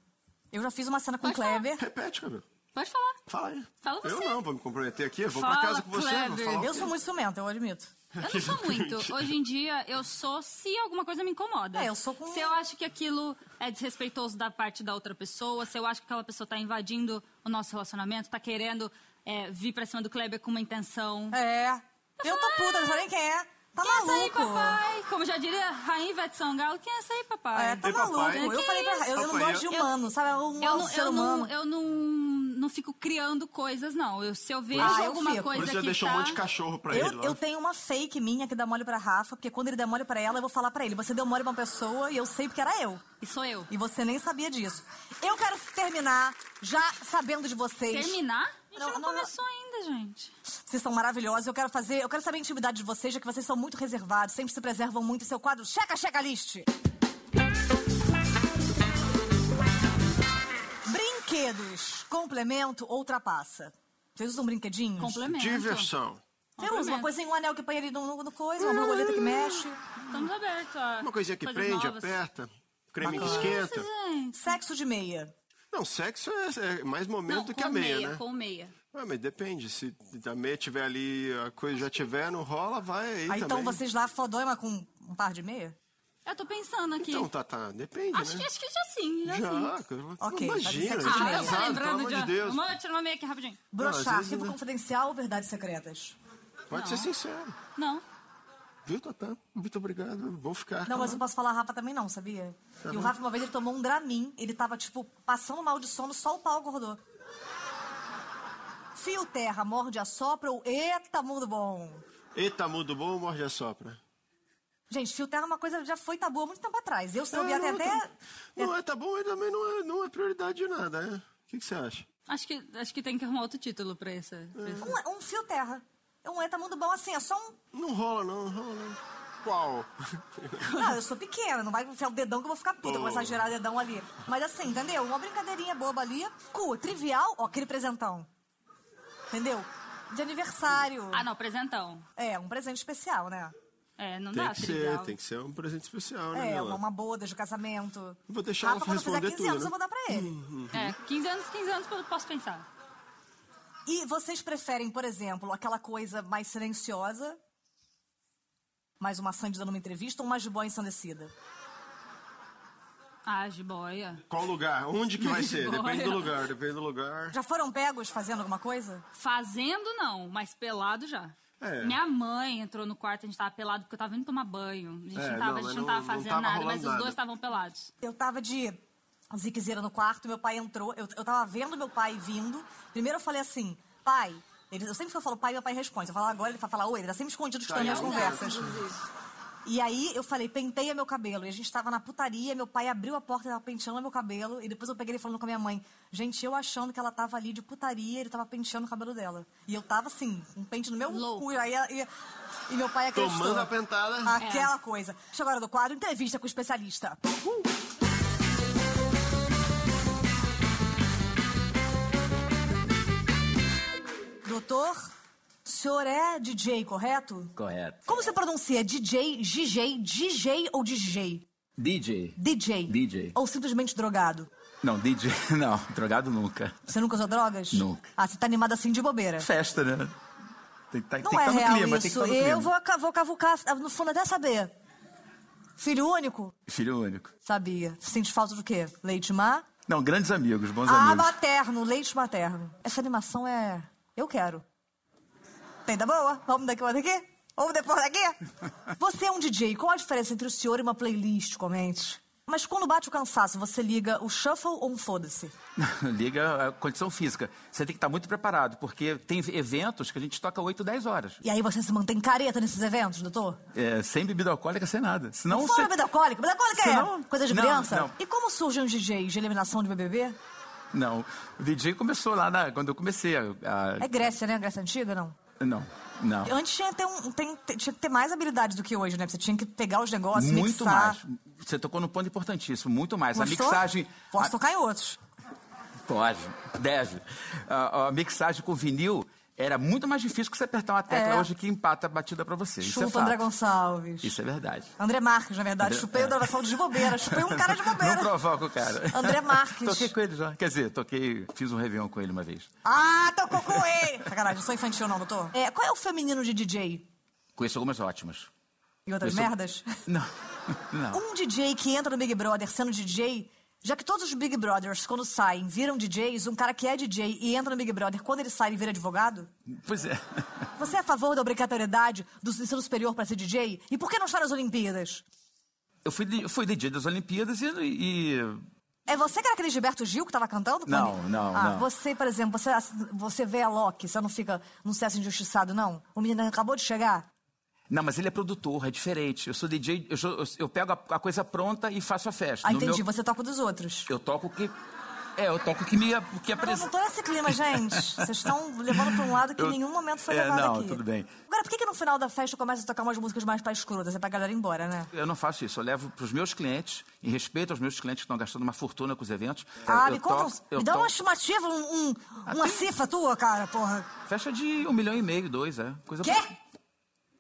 Speaker 1: Eu já fiz uma cena com o
Speaker 2: Pode falar.
Speaker 1: Kleber.
Speaker 3: Repete, cabelo.
Speaker 2: Pode falar.
Speaker 3: Fala aí.
Speaker 2: Fala você.
Speaker 3: Eu não vou me comprometer aqui. Eu vou pra
Speaker 2: Fala,
Speaker 3: casa com você. Vou
Speaker 2: Kleber.
Speaker 3: falar o
Speaker 1: Eu
Speaker 3: quê?
Speaker 1: sou muito ciumenta, eu admito.
Speaker 2: Eu não sou muito. Hoje em dia, eu sou se alguma coisa me incomoda.
Speaker 1: É, eu sou com-
Speaker 2: Se eu acho que aquilo é desrespeitoso da parte da outra pessoa, se eu acho que aquela pessoa tá invadindo o nosso relacionamento, tá querendo é, vir pra cima do Kleber com uma intenção.
Speaker 1: É. Eu tô puta, não sei nem quem é. Tá
Speaker 2: Quem é essa aí,
Speaker 1: maluco.
Speaker 2: papai? Como já diria Rainha Ivete Sangalo, quem é essa aí, papai?
Speaker 1: É, tá
Speaker 3: Ei,
Speaker 1: maluco.
Speaker 3: papai.
Speaker 1: Eu
Speaker 2: Que
Speaker 1: falei pra
Speaker 2: isso?
Speaker 1: eu, eu não
Speaker 3: Papai,
Speaker 1: gosto de
Speaker 3: eu-
Speaker 1: humano, sabe? Eu não
Speaker 2: é Eu
Speaker 1: gosto
Speaker 2: não,
Speaker 1: de ser
Speaker 2: eu, não,
Speaker 1: humano.
Speaker 2: eu não, não fico criando coisas, não. Eu- se eu vejo
Speaker 1: Ah, eu
Speaker 2: alguma
Speaker 1: fico.
Speaker 2: coisa
Speaker 3: Você já
Speaker 2: que
Speaker 3: deixou
Speaker 2: tá...
Speaker 3: um monte de cachorro pra ele
Speaker 1: Eu,
Speaker 3: lá.
Speaker 1: eu tenho uma fake minha que dá mole pra Rafa, porque quando ele der mole pra ela, eu vou falar pra ele. Você deu mole pra uma pessoa e eu sei porque era eu.
Speaker 2: E sou eu.
Speaker 1: E você nem sabia disso. Eu quero terminar já sabendo de vocês.
Speaker 2: Terminar? A gente
Speaker 1: Não, não,
Speaker 2: não,
Speaker 1: não.
Speaker 2: começou ainda, gente.
Speaker 1: Vocês são maravilhosos. Eu quero fazer, eu quero saber a intimidade de vocês, já que vocês são muito reservados, sempre se preservam muito em seu quadro Checa Checa List. Brinquedos, complemento ou ultrapassa? Vocês usam brinquedinhos?
Speaker 2: Complemento.
Speaker 3: Diversão.
Speaker 1: Você usa uma coisinha, um anel que põe ali no, no coisa, uma borboleta que mexe.
Speaker 2: Estamos abertos a
Speaker 3: É Uma coisinha que
Speaker 2: coisas
Speaker 3: prende,
Speaker 2: novas.
Speaker 3: aperta. Creme que
Speaker 1: Bacana.
Speaker 3: esquenta.
Speaker 2: Isso, gente.
Speaker 1: Sexo de meia.
Speaker 3: Não, sexo é, é mais momento
Speaker 2: Não,
Speaker 3: do
Speaker 2: com
Speaker 3: que a meia, né?
Speaker 2: com meia.
Speaker 3: Ah, mas depende. Se a meia tiver ali, a coisa já tiver, não rola, vai aí,
Speaker 1: Aí
Speaker 3: também.
Speaker 1: então vocês lá fodóima com um par de meia?
Speaker 2: Eu tô pensando aqui.
Speaker 3: Então, Tatá, depende,
Speaker 2: acho,
Speaker 3: né?
Speaker 2: que, é acho que já sim, já, sim.
Speaker 3: Já, cara.
Speaker 1: Ok,
Speaker 3: imagina, a
Speaker 1: mas
Speaker 3: gente é
Speaker 1: sexo
Speaker 2: Assim. Ah,
Speaker 1: de
Speaker 2: eu tô
Speaker 3: casado, pelo
Speaker 2: lembrando
Speaker 3: amor
Speaker 2: de...
Speaker 3: de Deus.
Speaker 2: Vamos tirar uma meia aqui rapidinho.
Speaker 3: às
Speaker 1: Brochar,
Speaker 3: vezes,
Speaker 1: arquivo
Speaker 3: né?
Speaker 1: tipo confidencial ou verdades secretas?
Speaker 3: Pode ser
Speaker 2: Não.
Speaker 3: sincero.
Speaker 2: Não.
Speaker 3: Viu, Tatá? Muito obrigado. Vou ficar.
Speaker 1: Não, mas eu
Speaker 3: calado.
Speaker 1: não posso falar Rafa também não, sabia? E o Rafa uma vez ele tomou um Dramin, ele tava tipo passando mal de sono, só o pau acordou. Fio terra, morde, assopra ou eita, mundo bom.
Speaker 3: Eita, mudo bom, morde a sopra.
Speaker 1: Gente, fio terra é uma coisa que já foi tabu há muito tempo atrás. Eu, se eu
Speaker 3: É,
Speaker 1: vi até
Speaker 3: não,
Speaker 1: até...
Speaker 3: tá- Não é, tá bom, mas também não é, não é prioridade de nada, é? O que que você acha?
Speaker 2: Acho que, acho que tem que arrumar outro título pra essa. pra esse-
Speaker 1: Um, um fio terra. É Um eita, mundo bom assim, é só um...
Speaker 3: Não rola, não, não rola. não. Qual?
Speaker 1: Não, eu sou pequena, não vai enfiar o dedão que eu vou ficar puta,
Speaker 3: Pô.
Speaker 1: começar a girar dedão ali. Mas assim, entendeu? Uma brincadeirinha boba ali. Cu, trivial, ó, aquele presentão. Entendeu? De aniversário.
Speaker 2: Ah, não, presentão.
Speaker 1: É, um presente especial, né?
Speaker 2: É, não
Speaker 3: Tem
Speaker 2: dá
Speaker 3: que ser,
Speaker 2: trivial.
Speaker 3: tem que ser um presente especial, né?
Speaker 1: É,
Speaker 3: Mila?
Speaker 1: uma, uma boda de casamento.
Speaker 3: Vou deixar
Speaker 1: Rafa,
Speaker 3: ela
Speaker 1: quando fizer
Speaker 3: responder
Speaker 1: 15
Speaker 3: tudo,
Speaker 1: anos,
Speaker 3: né?
Speaker 1: eu vou dar pra ele.
Speaker 2: É, 15 anos, 15 anos eu posso pensar.
Speaker 1: E vocês preferem, por exemplo, aquela coisa mais silenciosa, mais uma Sandy dando uma entrevista ou mais de boa ensandecida?
Speaker 2: Ah, jiboia.
Speaker 3: Qual lugar? Onde que vai ser?
Speaker 2: Olha.
Speaker 3: Depende do lugar, depende do lugar.
Speaker 1: Já foram pegos fazendo alguma coisa?
Speaker 2: Fazendo não, mas pelado já.
Speaker 3: É.
Speaker 2: Minha mãe entrou no quarto, a gente tava pelado porque eu tava indo tomar banho. A gente
Speaker 3: É,
Speaker 2: não tava,
Speaker 3: não,
Speaker 2: a
Speaker 3: mas
Speaker 2: gente não
Speaker 3: não-
Speaker 2: tava
Speaker 3: não
Speaker 2: fazendo
Speaker 3: tava
Speaker 2: nada,
Speaker 3: rolando
Speaker 2: mas os
Speaker 3: nada.
Speaker 2: dois estavam pelados.
Speaker 1: Eu tava de ziquezeira no quarto, meu pai entrou, eu, eu tava vendo meu pai vindo. Primeiro eu falei assim, pai. Ele, eu sempre que eu falo pai, meu pai responde. Eu falo agora, ele vai falar oi, ele tá sempre escondido escutando
Speaker 3: Tá,
Speaker 1: minhas
Speaker 3: eu-
Speaker 1: conversas. E aí eu falei, penteia meu cabelo. E a gente tava na putaria, meu pai abriu a porta e tava penteando meu cabelo. E depois eu peguei ele falando com a minha mãe. Gente, eu achando que ela tava ali de putaria, ele tava penteando o cabelo dela. E eu tava assim, um pente no meu
Speaker 2: Louco.
Speaker 1: cu. E, aí, e, e meu pai acreditou.
Speaker 3: Tomando a pentada.
Speaker 1: Aquela coisa. Chegou a hora do quadro, entrevista com o especialista. Doutor, o senhor é DJ, correto?
Speaker 4: Correto.
Speaker 1: Como você pronuncia? DJ, DJ, DJ ou DJ?
Speaker 4: DJ.
Speaker 1: DJ.
Speaker 4: DJ.
Speaker 1: Ou simplesmente drogado?
Speaker 4: Não, DJ, não, drogado nunca.
Speaker 1: Você nunca usou drogas?
Speaker 4: Nunca.
Speaker 1: Ah, você tá animado assim de bobeira.
Speaker 4: Festa, né? Tem que tá- tem
Speaker 1: Não
Speaker 4: que
Speaker 1: é
Speaker 4: estar
Speaker 1: real
Speaker 4: no clima, tem que
Speaker 1: isso.
Speaker 4: estar no clima.
Speaker 1: Eu vou, ca- vou cavucar no fundo até saber. Filho único?
Speaker 4: Filho único.
Speaker 1: Sabia. Sente falta do quê? Leite má?
Speaker 4: Não, grandes amigos, bons
Speaker 1: Ah,
Speaker 4: amigos.
Speaker 1: materno, leite materno. Essa animação é. Eu quero. Tem da boa? Vamos daqui, vamos daqui? Vamos depois daqui? Você é um DJ. Qual a diferença entre o senhor e uma playlist? Comente. Mas quando bate o cansaço, você liga o shuffle ou um foda-se?
Speaker 4: Liga a condição física. Você tem que estar muito preparado, porque tem eventos que a gente toca 8, 10 horas.
Speaker 1: E aí você se mantém careta nesses eventos, doutor?
Speaker 4: É, sem bebida alcoólica, sem nada. Senão
Speaker 1: Fora
Speaker 4: você...
Speaker 1: bebida alcoólica. Bebida alcoólica é
Speaker 4: Senão-
Speaker 1: coisa de
Speaker 4: Não,
Speaker 1: criança.
Speaker 4: não.
Speaker 1: E como surgem os DJs de eliminação de BBB?
Speaker 4: Não, o DJ começou lá na- quando eu comecei. a-
Speaker 1: É Grécia, né? Grécia Antiga, não?
Speaker 4: a- Não, não.
Speaker 1: Antes tinha que, ter um, tem- te- tinha que ter mais habilidade do que hoje, né? Você tinha que pegar os negócios,
Speaker 4: Muito
Speaker 1: mixar.
Speaker 4: mais. Você tocou num ponto importantíssimo, muito mais.
Speaker 1: Gostou?
Speaker 4: A mixagem... Ah,
Speaker 1: Posso
Speaker 4: a-
Speaker 1: tocar em outros.
Speaker 4: Pode, deve. A, a mixagem com vinil era muito mais difícil que você apertar uma tecla
Speaker 1: É.
Speaker 4: hoje que empata a batida pra você. Isso é
Speaker 1: Chupa
Speaker 4: fato.
Speaker 1: André Gonçalves.
Speaker 4: Isso é verdade.
Speaker 1: André Marques, na verdade.
Speaker 4: André-
Speaker 1: Chupei o
Speaker 4: é.
Speaker 1: André Gonçalves de bobeira. Chupei um cara de bobeira.
Speaker 4: Não provoca o cara.
Speaker 1: André Marques.
Speaker 4: toquei com ele já. Quer dizer, toquei, fiz um Réveillon com ele uma vez.
Speaker 1: Ah, tocou com ele. Sacanagem, não sou infantil não, doutor. É, qual é o feminino de DJ?
Speaker 4: Conheço algumas ótimas.
Speaker 1: E outras
Speaker 4: Conheço-
Speaker 1: merdas?
Speaker 4: Não, é não.
Speaker 1: Um DJ que entra no Big Brother sendo DJ... Já que todos os Big Brothers, quando saem, viram DJs, um cara que é DJ e entra no Big Brother, quando ele sai, ele vira advogado?
Speaker 4: Pois é.
Speaker 1: Você é a favor da obrigatoriedade do ensino superior para ser DJ? E por que não está nas Olimpíadas?
Speaker 4: Eu fui, di- eu fui DJ das Olimpíadas e... e-
Speaker 1: É você que era aquele Gilberto Gil que tava cantando?
Speaker 4: Não,
Speaker 1: Pani?
Speaker 4: não,
Speaker 1: ah,
Speaker 4: não.
Speaker 1: Você, por exemplo, você, você vê a Loki, você não fica, não se acha injustiçado, não? O menino acabou de chegar?
Speaker 4: Não, mas ele é produtor, é diferente. Eu sou DJ, eu, sou- eu- eu pego a, a coisa pronta e faço a festa.
Speaker 1: Ah,
Speaker 4: No
Speaker 1: entendi,
Speaker 4: meu-
Speaker 1: você toca o dos outros.
Speaker 4: Eu toco o que... É, eu toco o que me o que
Speaker 1: Ah, Não,
Speaker 4: apresenta.
Speaker 1: não tô nesse clima, gente. Vocês estão levando pra um lado que em
Speaker 4: Eu-
Speaker 1: nenhum momento foi
Speaker 4: É,
Speaker 1: levado
Speaker 4: não,
Speaker 1: aqui.
Speaker 4: tudo bem.
Speaker 1: Agora, por que, que no final da festa começa a tocar umas músicas mais pra escrotas? É pra galera ir embora, né?
Speaker 4: Eu não faço isso. Eu levo para os meus clientes, em respeito aos meus clientes que estão gastando uma fortuna com os eventos.
Speaker 1: Ah,
Speaker 4: eu
Speaker 1: me conta,
Speaker 4: toco-
Speaker 1: um-
Speaker 4: eu
Speaker 1: me dá
Speaker 4: toco- Ah,
Speaker 1: uma estimativa, um- um- uma cifra tua, cara, porra.
Speaker 4: Festa de um milhão e meio, dois, é. Coisa
Speaker 1: Quê?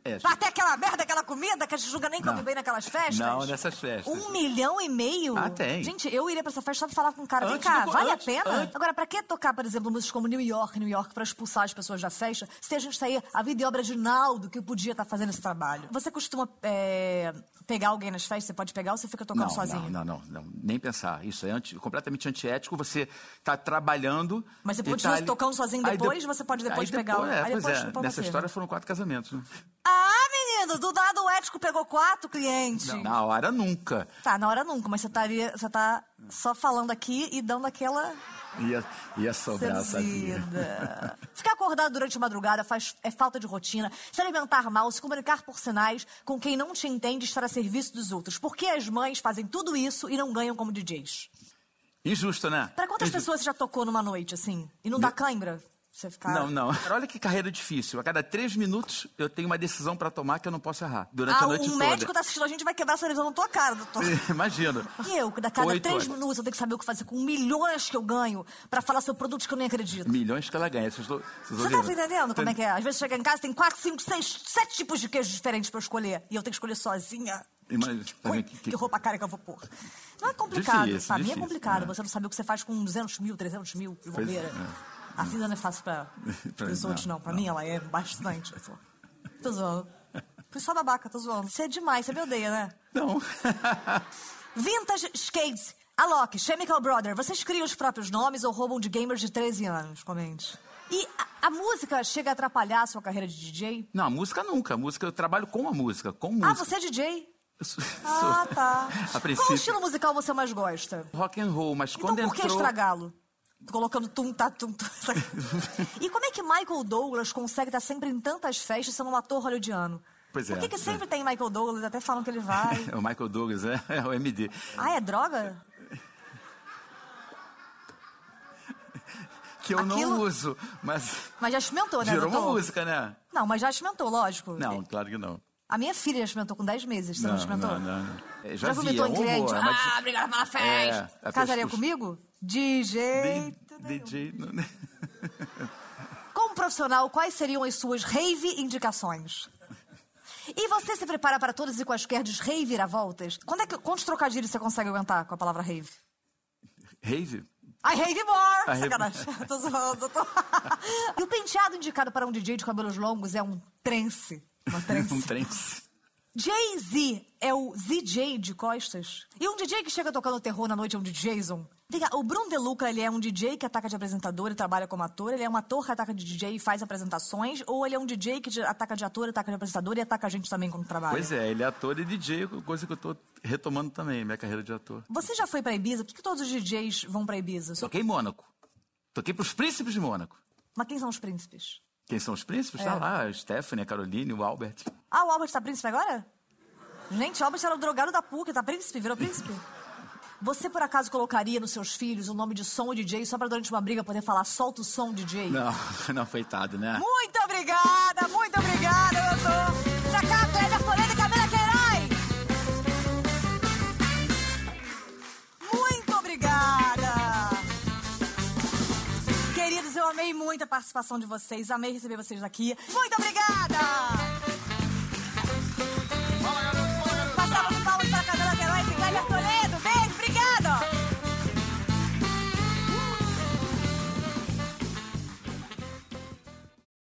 Speaker 4: É.
Speaker 1: Pra ter aquela merda, aquela comida que a gente nunca nem come
Speaker 4: Não.
Speaker 1: bem naquelas festas?
Speaker 4: Não, nessas festas.
Speaker 1: Um milhão e meio?
Speaker 4: Ah, tem.
Speaker 1: Gente, eu iria pra essa festa só pra falar com o cara. Vem
Speaker 4: Antes
Speaker 1: cá,
Speaker 4: do-
Speaker 1: vale
Speaker 4: antes-
Speaker 1: a pena?
Speaker 4: antes-
Speaker 1: Agora, pra que tocar, por exemplo, músicas como New York, New York, pra expulsar as pessoas da festa, se a gente sair a vida e obra de Naldo, que podia estar fazendo esse trabalho? Você costuma é, pegar alguém nas festas? Você pode pegar ou você fica tocando
Speaker 4: Não,
Speaker 1: sozinho?
Speaker 4: não, não, não, não. Nem pensar. Isso é anti- completamente antiético. Você está trabalhando.
Speaker 1: Mas você
Speaker 4: e
Speaker 1: continua
Speaker 4: tá ali-
Speaker 1: tocando sozinho
Speaker 4: Aí
Speaker 1: depois, você pode depois
Speaker 4: aí
Speaker 1: pegar o-
Speaker 4: É,
Speaker 1: aí
Speaker 4: pois
Speaker 1: depois
Speaker 4: é.
Speaker 1: chupa
Speaker 4: Nessa
Speaker 1: você,
Speaker 4: história
Speaker 1: né?
Speaker 4: foram quatro casamentos. né?
Speaker 1: Ah, menino, do dado o ético pegou quatro clientes.
Speaker 4: Na hora, nunca.
Speaker 1: Tá, na hora nunca, mas você, estaria, você tá só falando aqui e dando aquela
Speaker 4: Ia, ia sobrar, sabia?
Speaker 1: Seduzida. Ficar acordado durante a madrugada faz, é falta de rotina. Se alimentar mal, se comunicar por sinais com quem não te entende estar a serviço dos outros. Por que as mães fazem tudo isso e não ganham como DJs?
Speaker 4: Injusto, né?
Speaker 1: Pra quantas
Speaker 4: Injusto.
Speaker 1: pessoas você já tocou numa noite, assim? E não dá cãibra? Você ficar...
Speaker 4: Não, não. Olha que carreira difícil. A cada três minutos eu tenho uma decisão pra tomar que eu não posso errar durante
Speaker 1: Ah,
Speaker 4: a noite
Speaker 1: um
Speaker 4: toda.
Speaker 1: médico tá assistindo a gente vai quebrar a televisão na tua cara, doutor.
Speaker 4: Imagina.
Speaker 1: E eu, que da cada
Speaker 4: Oito
Speaker 1: três
Speaker 4: horas.
Speaker 1: minutos eu tenho que saber o que fazer com milhões que eu ganho pra falar sobre produtos que eu nem acredito.
Speaker 4: Milhões que ela ganha. Vocês, estão- vocês
Speaker 1: Você tá
Speaker 4: ouviram?
Speaker 1: entendendo como é que é? Às vezes chega em casa tem quatro, cinco, seis, sete tipos de queijos diferentes pra eu escolher. E eu tenho que escolher sozinha.
Speaker 4: Imagina,
Speaker 1: que,
Speaker 4: tá
Speaker 1: coi-
Speaker 4: vendo que- que-
Speaker 1: que roupa cara que eu vou pôr. Não é complicado.
Speaker 4: Difícil,
Speaker 1: pra mim é
Speaker 4: difícil,
Speaker 1: complicado.
Speaker 4: é.
Speaker 1: Você não saber o que você faz com 200 mil, 300 mil de
Speaker 4: Pois é,
Speaker 1: bobeira.
Speaker 4: é.
Speaker 1: A vida não é fácil pra,
Speaker 4: Pra
Speaker 1: os
Speaker 4: mim,
Speaker 1: outros, não.
Speaker 4: não,
Speaker 1: Pra mim ela é bastante. eu sou- Tô zoando. Fui só babaca, tô zoando. Você é demais, você me odeia, né?
Speaker 4: Não.
Speaker 1: Vintage Skates. Alok, Chemical Brother, vocês criam os próprios nomes ou roubam de gamers de 13 anos? Comente. E a, a música chega a atrapalhar a sua carreira de DJ?
Speaker 4: Não, a música nunca. A música, eu trabalho com a música, com música.
Speaker 1: Ah, você é DJ?
Speaker 4: Sou-
Speaker 1: Ah,
Speaker 4: sou-
Speaker 1: tá.
Speaker 4: A
Speaker 1: Qual
Speaker 4: princípio.
Speaker 1: estilo musical você mais gosta?
Speaker 4: Rock and roll, mas
Speaker 1: Então
Speaker 4: quando
Speaker 1: por que
Speaker 4: entrou...
Speaker 1: estragá-lo? Colocando tum, tá, tum, tum. e como é que Michael Douglas consegue estar sempre em tantas festas sendo um ator hollywoodiano?
Speaker 4: Pois
Speaker 1: Por
Speaker 4: é,
Speaker 1: que, que
Speaker 4: é.
Speaker 1: sempre tem Michael Douglas? Até falam que ele vai.
Speaker 4: É o Michael Douglas, é, é o MD.
Speaker 1: ah, é droga?
Speaker 4: Que eu
Speaker 1: Aquilo-
Speaker 4: não uso, mas
Speaker 1: Mas já experimentou, né,
Speaker 4: virou uma
Speaker 1: doutor?
Speaker 4: música, né?
Speaker 1: Não, mas já experimentou, lógico.
Speaker 4: Não, claro que não.
Speaker 1: A minha filha já experimentou com 10 meses. Você não, experimentou?
Speaker 4: não, não. É, Já,
Speaker 1: Já
Speaker 4: vi,
Speaker 1: vomitou
Speaker 4: é um
Speaker 1: em cliente?
Speaker 4: horror, é uma des-
Speaker 2: Ah, obrigada pela
Speaker 4: é,
Speaker 2: festa.
Speaker 4: a
Speaker 1: Casaria
Speaker 4: pessoa-
Speaker 1: comigo? De jeito
Speaker 4: D-
Speaker 1: nenhum.
Speaker 4: DJ, não, né?
Speaker 1: Como profissional, quais seriam as suas rave indicações? E você se prepara para todas e quaisquer desreiviravoltas? Quando é que, quantos trocadilhos você consegue aguentar com a palavra rave?
Speaker 4: Rave?
Speaker 1: I rave more!
Speaker 4: rave-
Speaker 1: Sacanagem. tô zoando, tô... e o penteado indicado para um DJ de cabelos longos é um trance. Uma
Speaker 4: Um
Speaker 1: trance.
Speaker 4: trance.
Speaker 1: Jay-Z é o ZJ de costas? E um DJ que chega tocando terror na noite é um DJzon? Vem cá, o Bruno De Luca, ele é um DJ que ataca de apresentador e trabalha como ator? Ele é um ator que ataca de DJ e faz apresentações? Ou ele é um DJ que de- ataca de ator, ataca de apresentador e ataca a gente também quando trabalha?
Speaker 4: Pois é, ele é ator e DJ, coisa que eu tô retomando também, minha carreira de ator.
Speaker 1: Você já foi pra Ibiza? Por que que todos os DJs vão pra Ibiza? Só-
Speaker 4: Toquei em Mônaco. Toquei pros príncipes de Mônaco.
Speaker 1: Mas quem são os príncipes?
Speaker 4: Quem são os
Speaker 1: É.
Speaker 4: príncipes? Tá lá, a Stephanie, a Caroline, o Albert.
Speaker 1: Ah, o Albert tá príncipe agora? Gente, o Albert era o drogado da PUC, tá príncipe? Virou príncipe? Você, por acaso, colocaria nos seus filhos o nome de som DJ só pra durante uma briga poder falar solta o som DJ?
Speaker 4: Não, não, coitado, né?
Speaker 1: Muito obrigada, muito obrigada, doutor. Pra cá, Cléber Toledo e Camila Queiroz. Muito obrigada. Queridos, eu amei muito a participação de vocês, amei receber vocês aqui. Muito obrigada.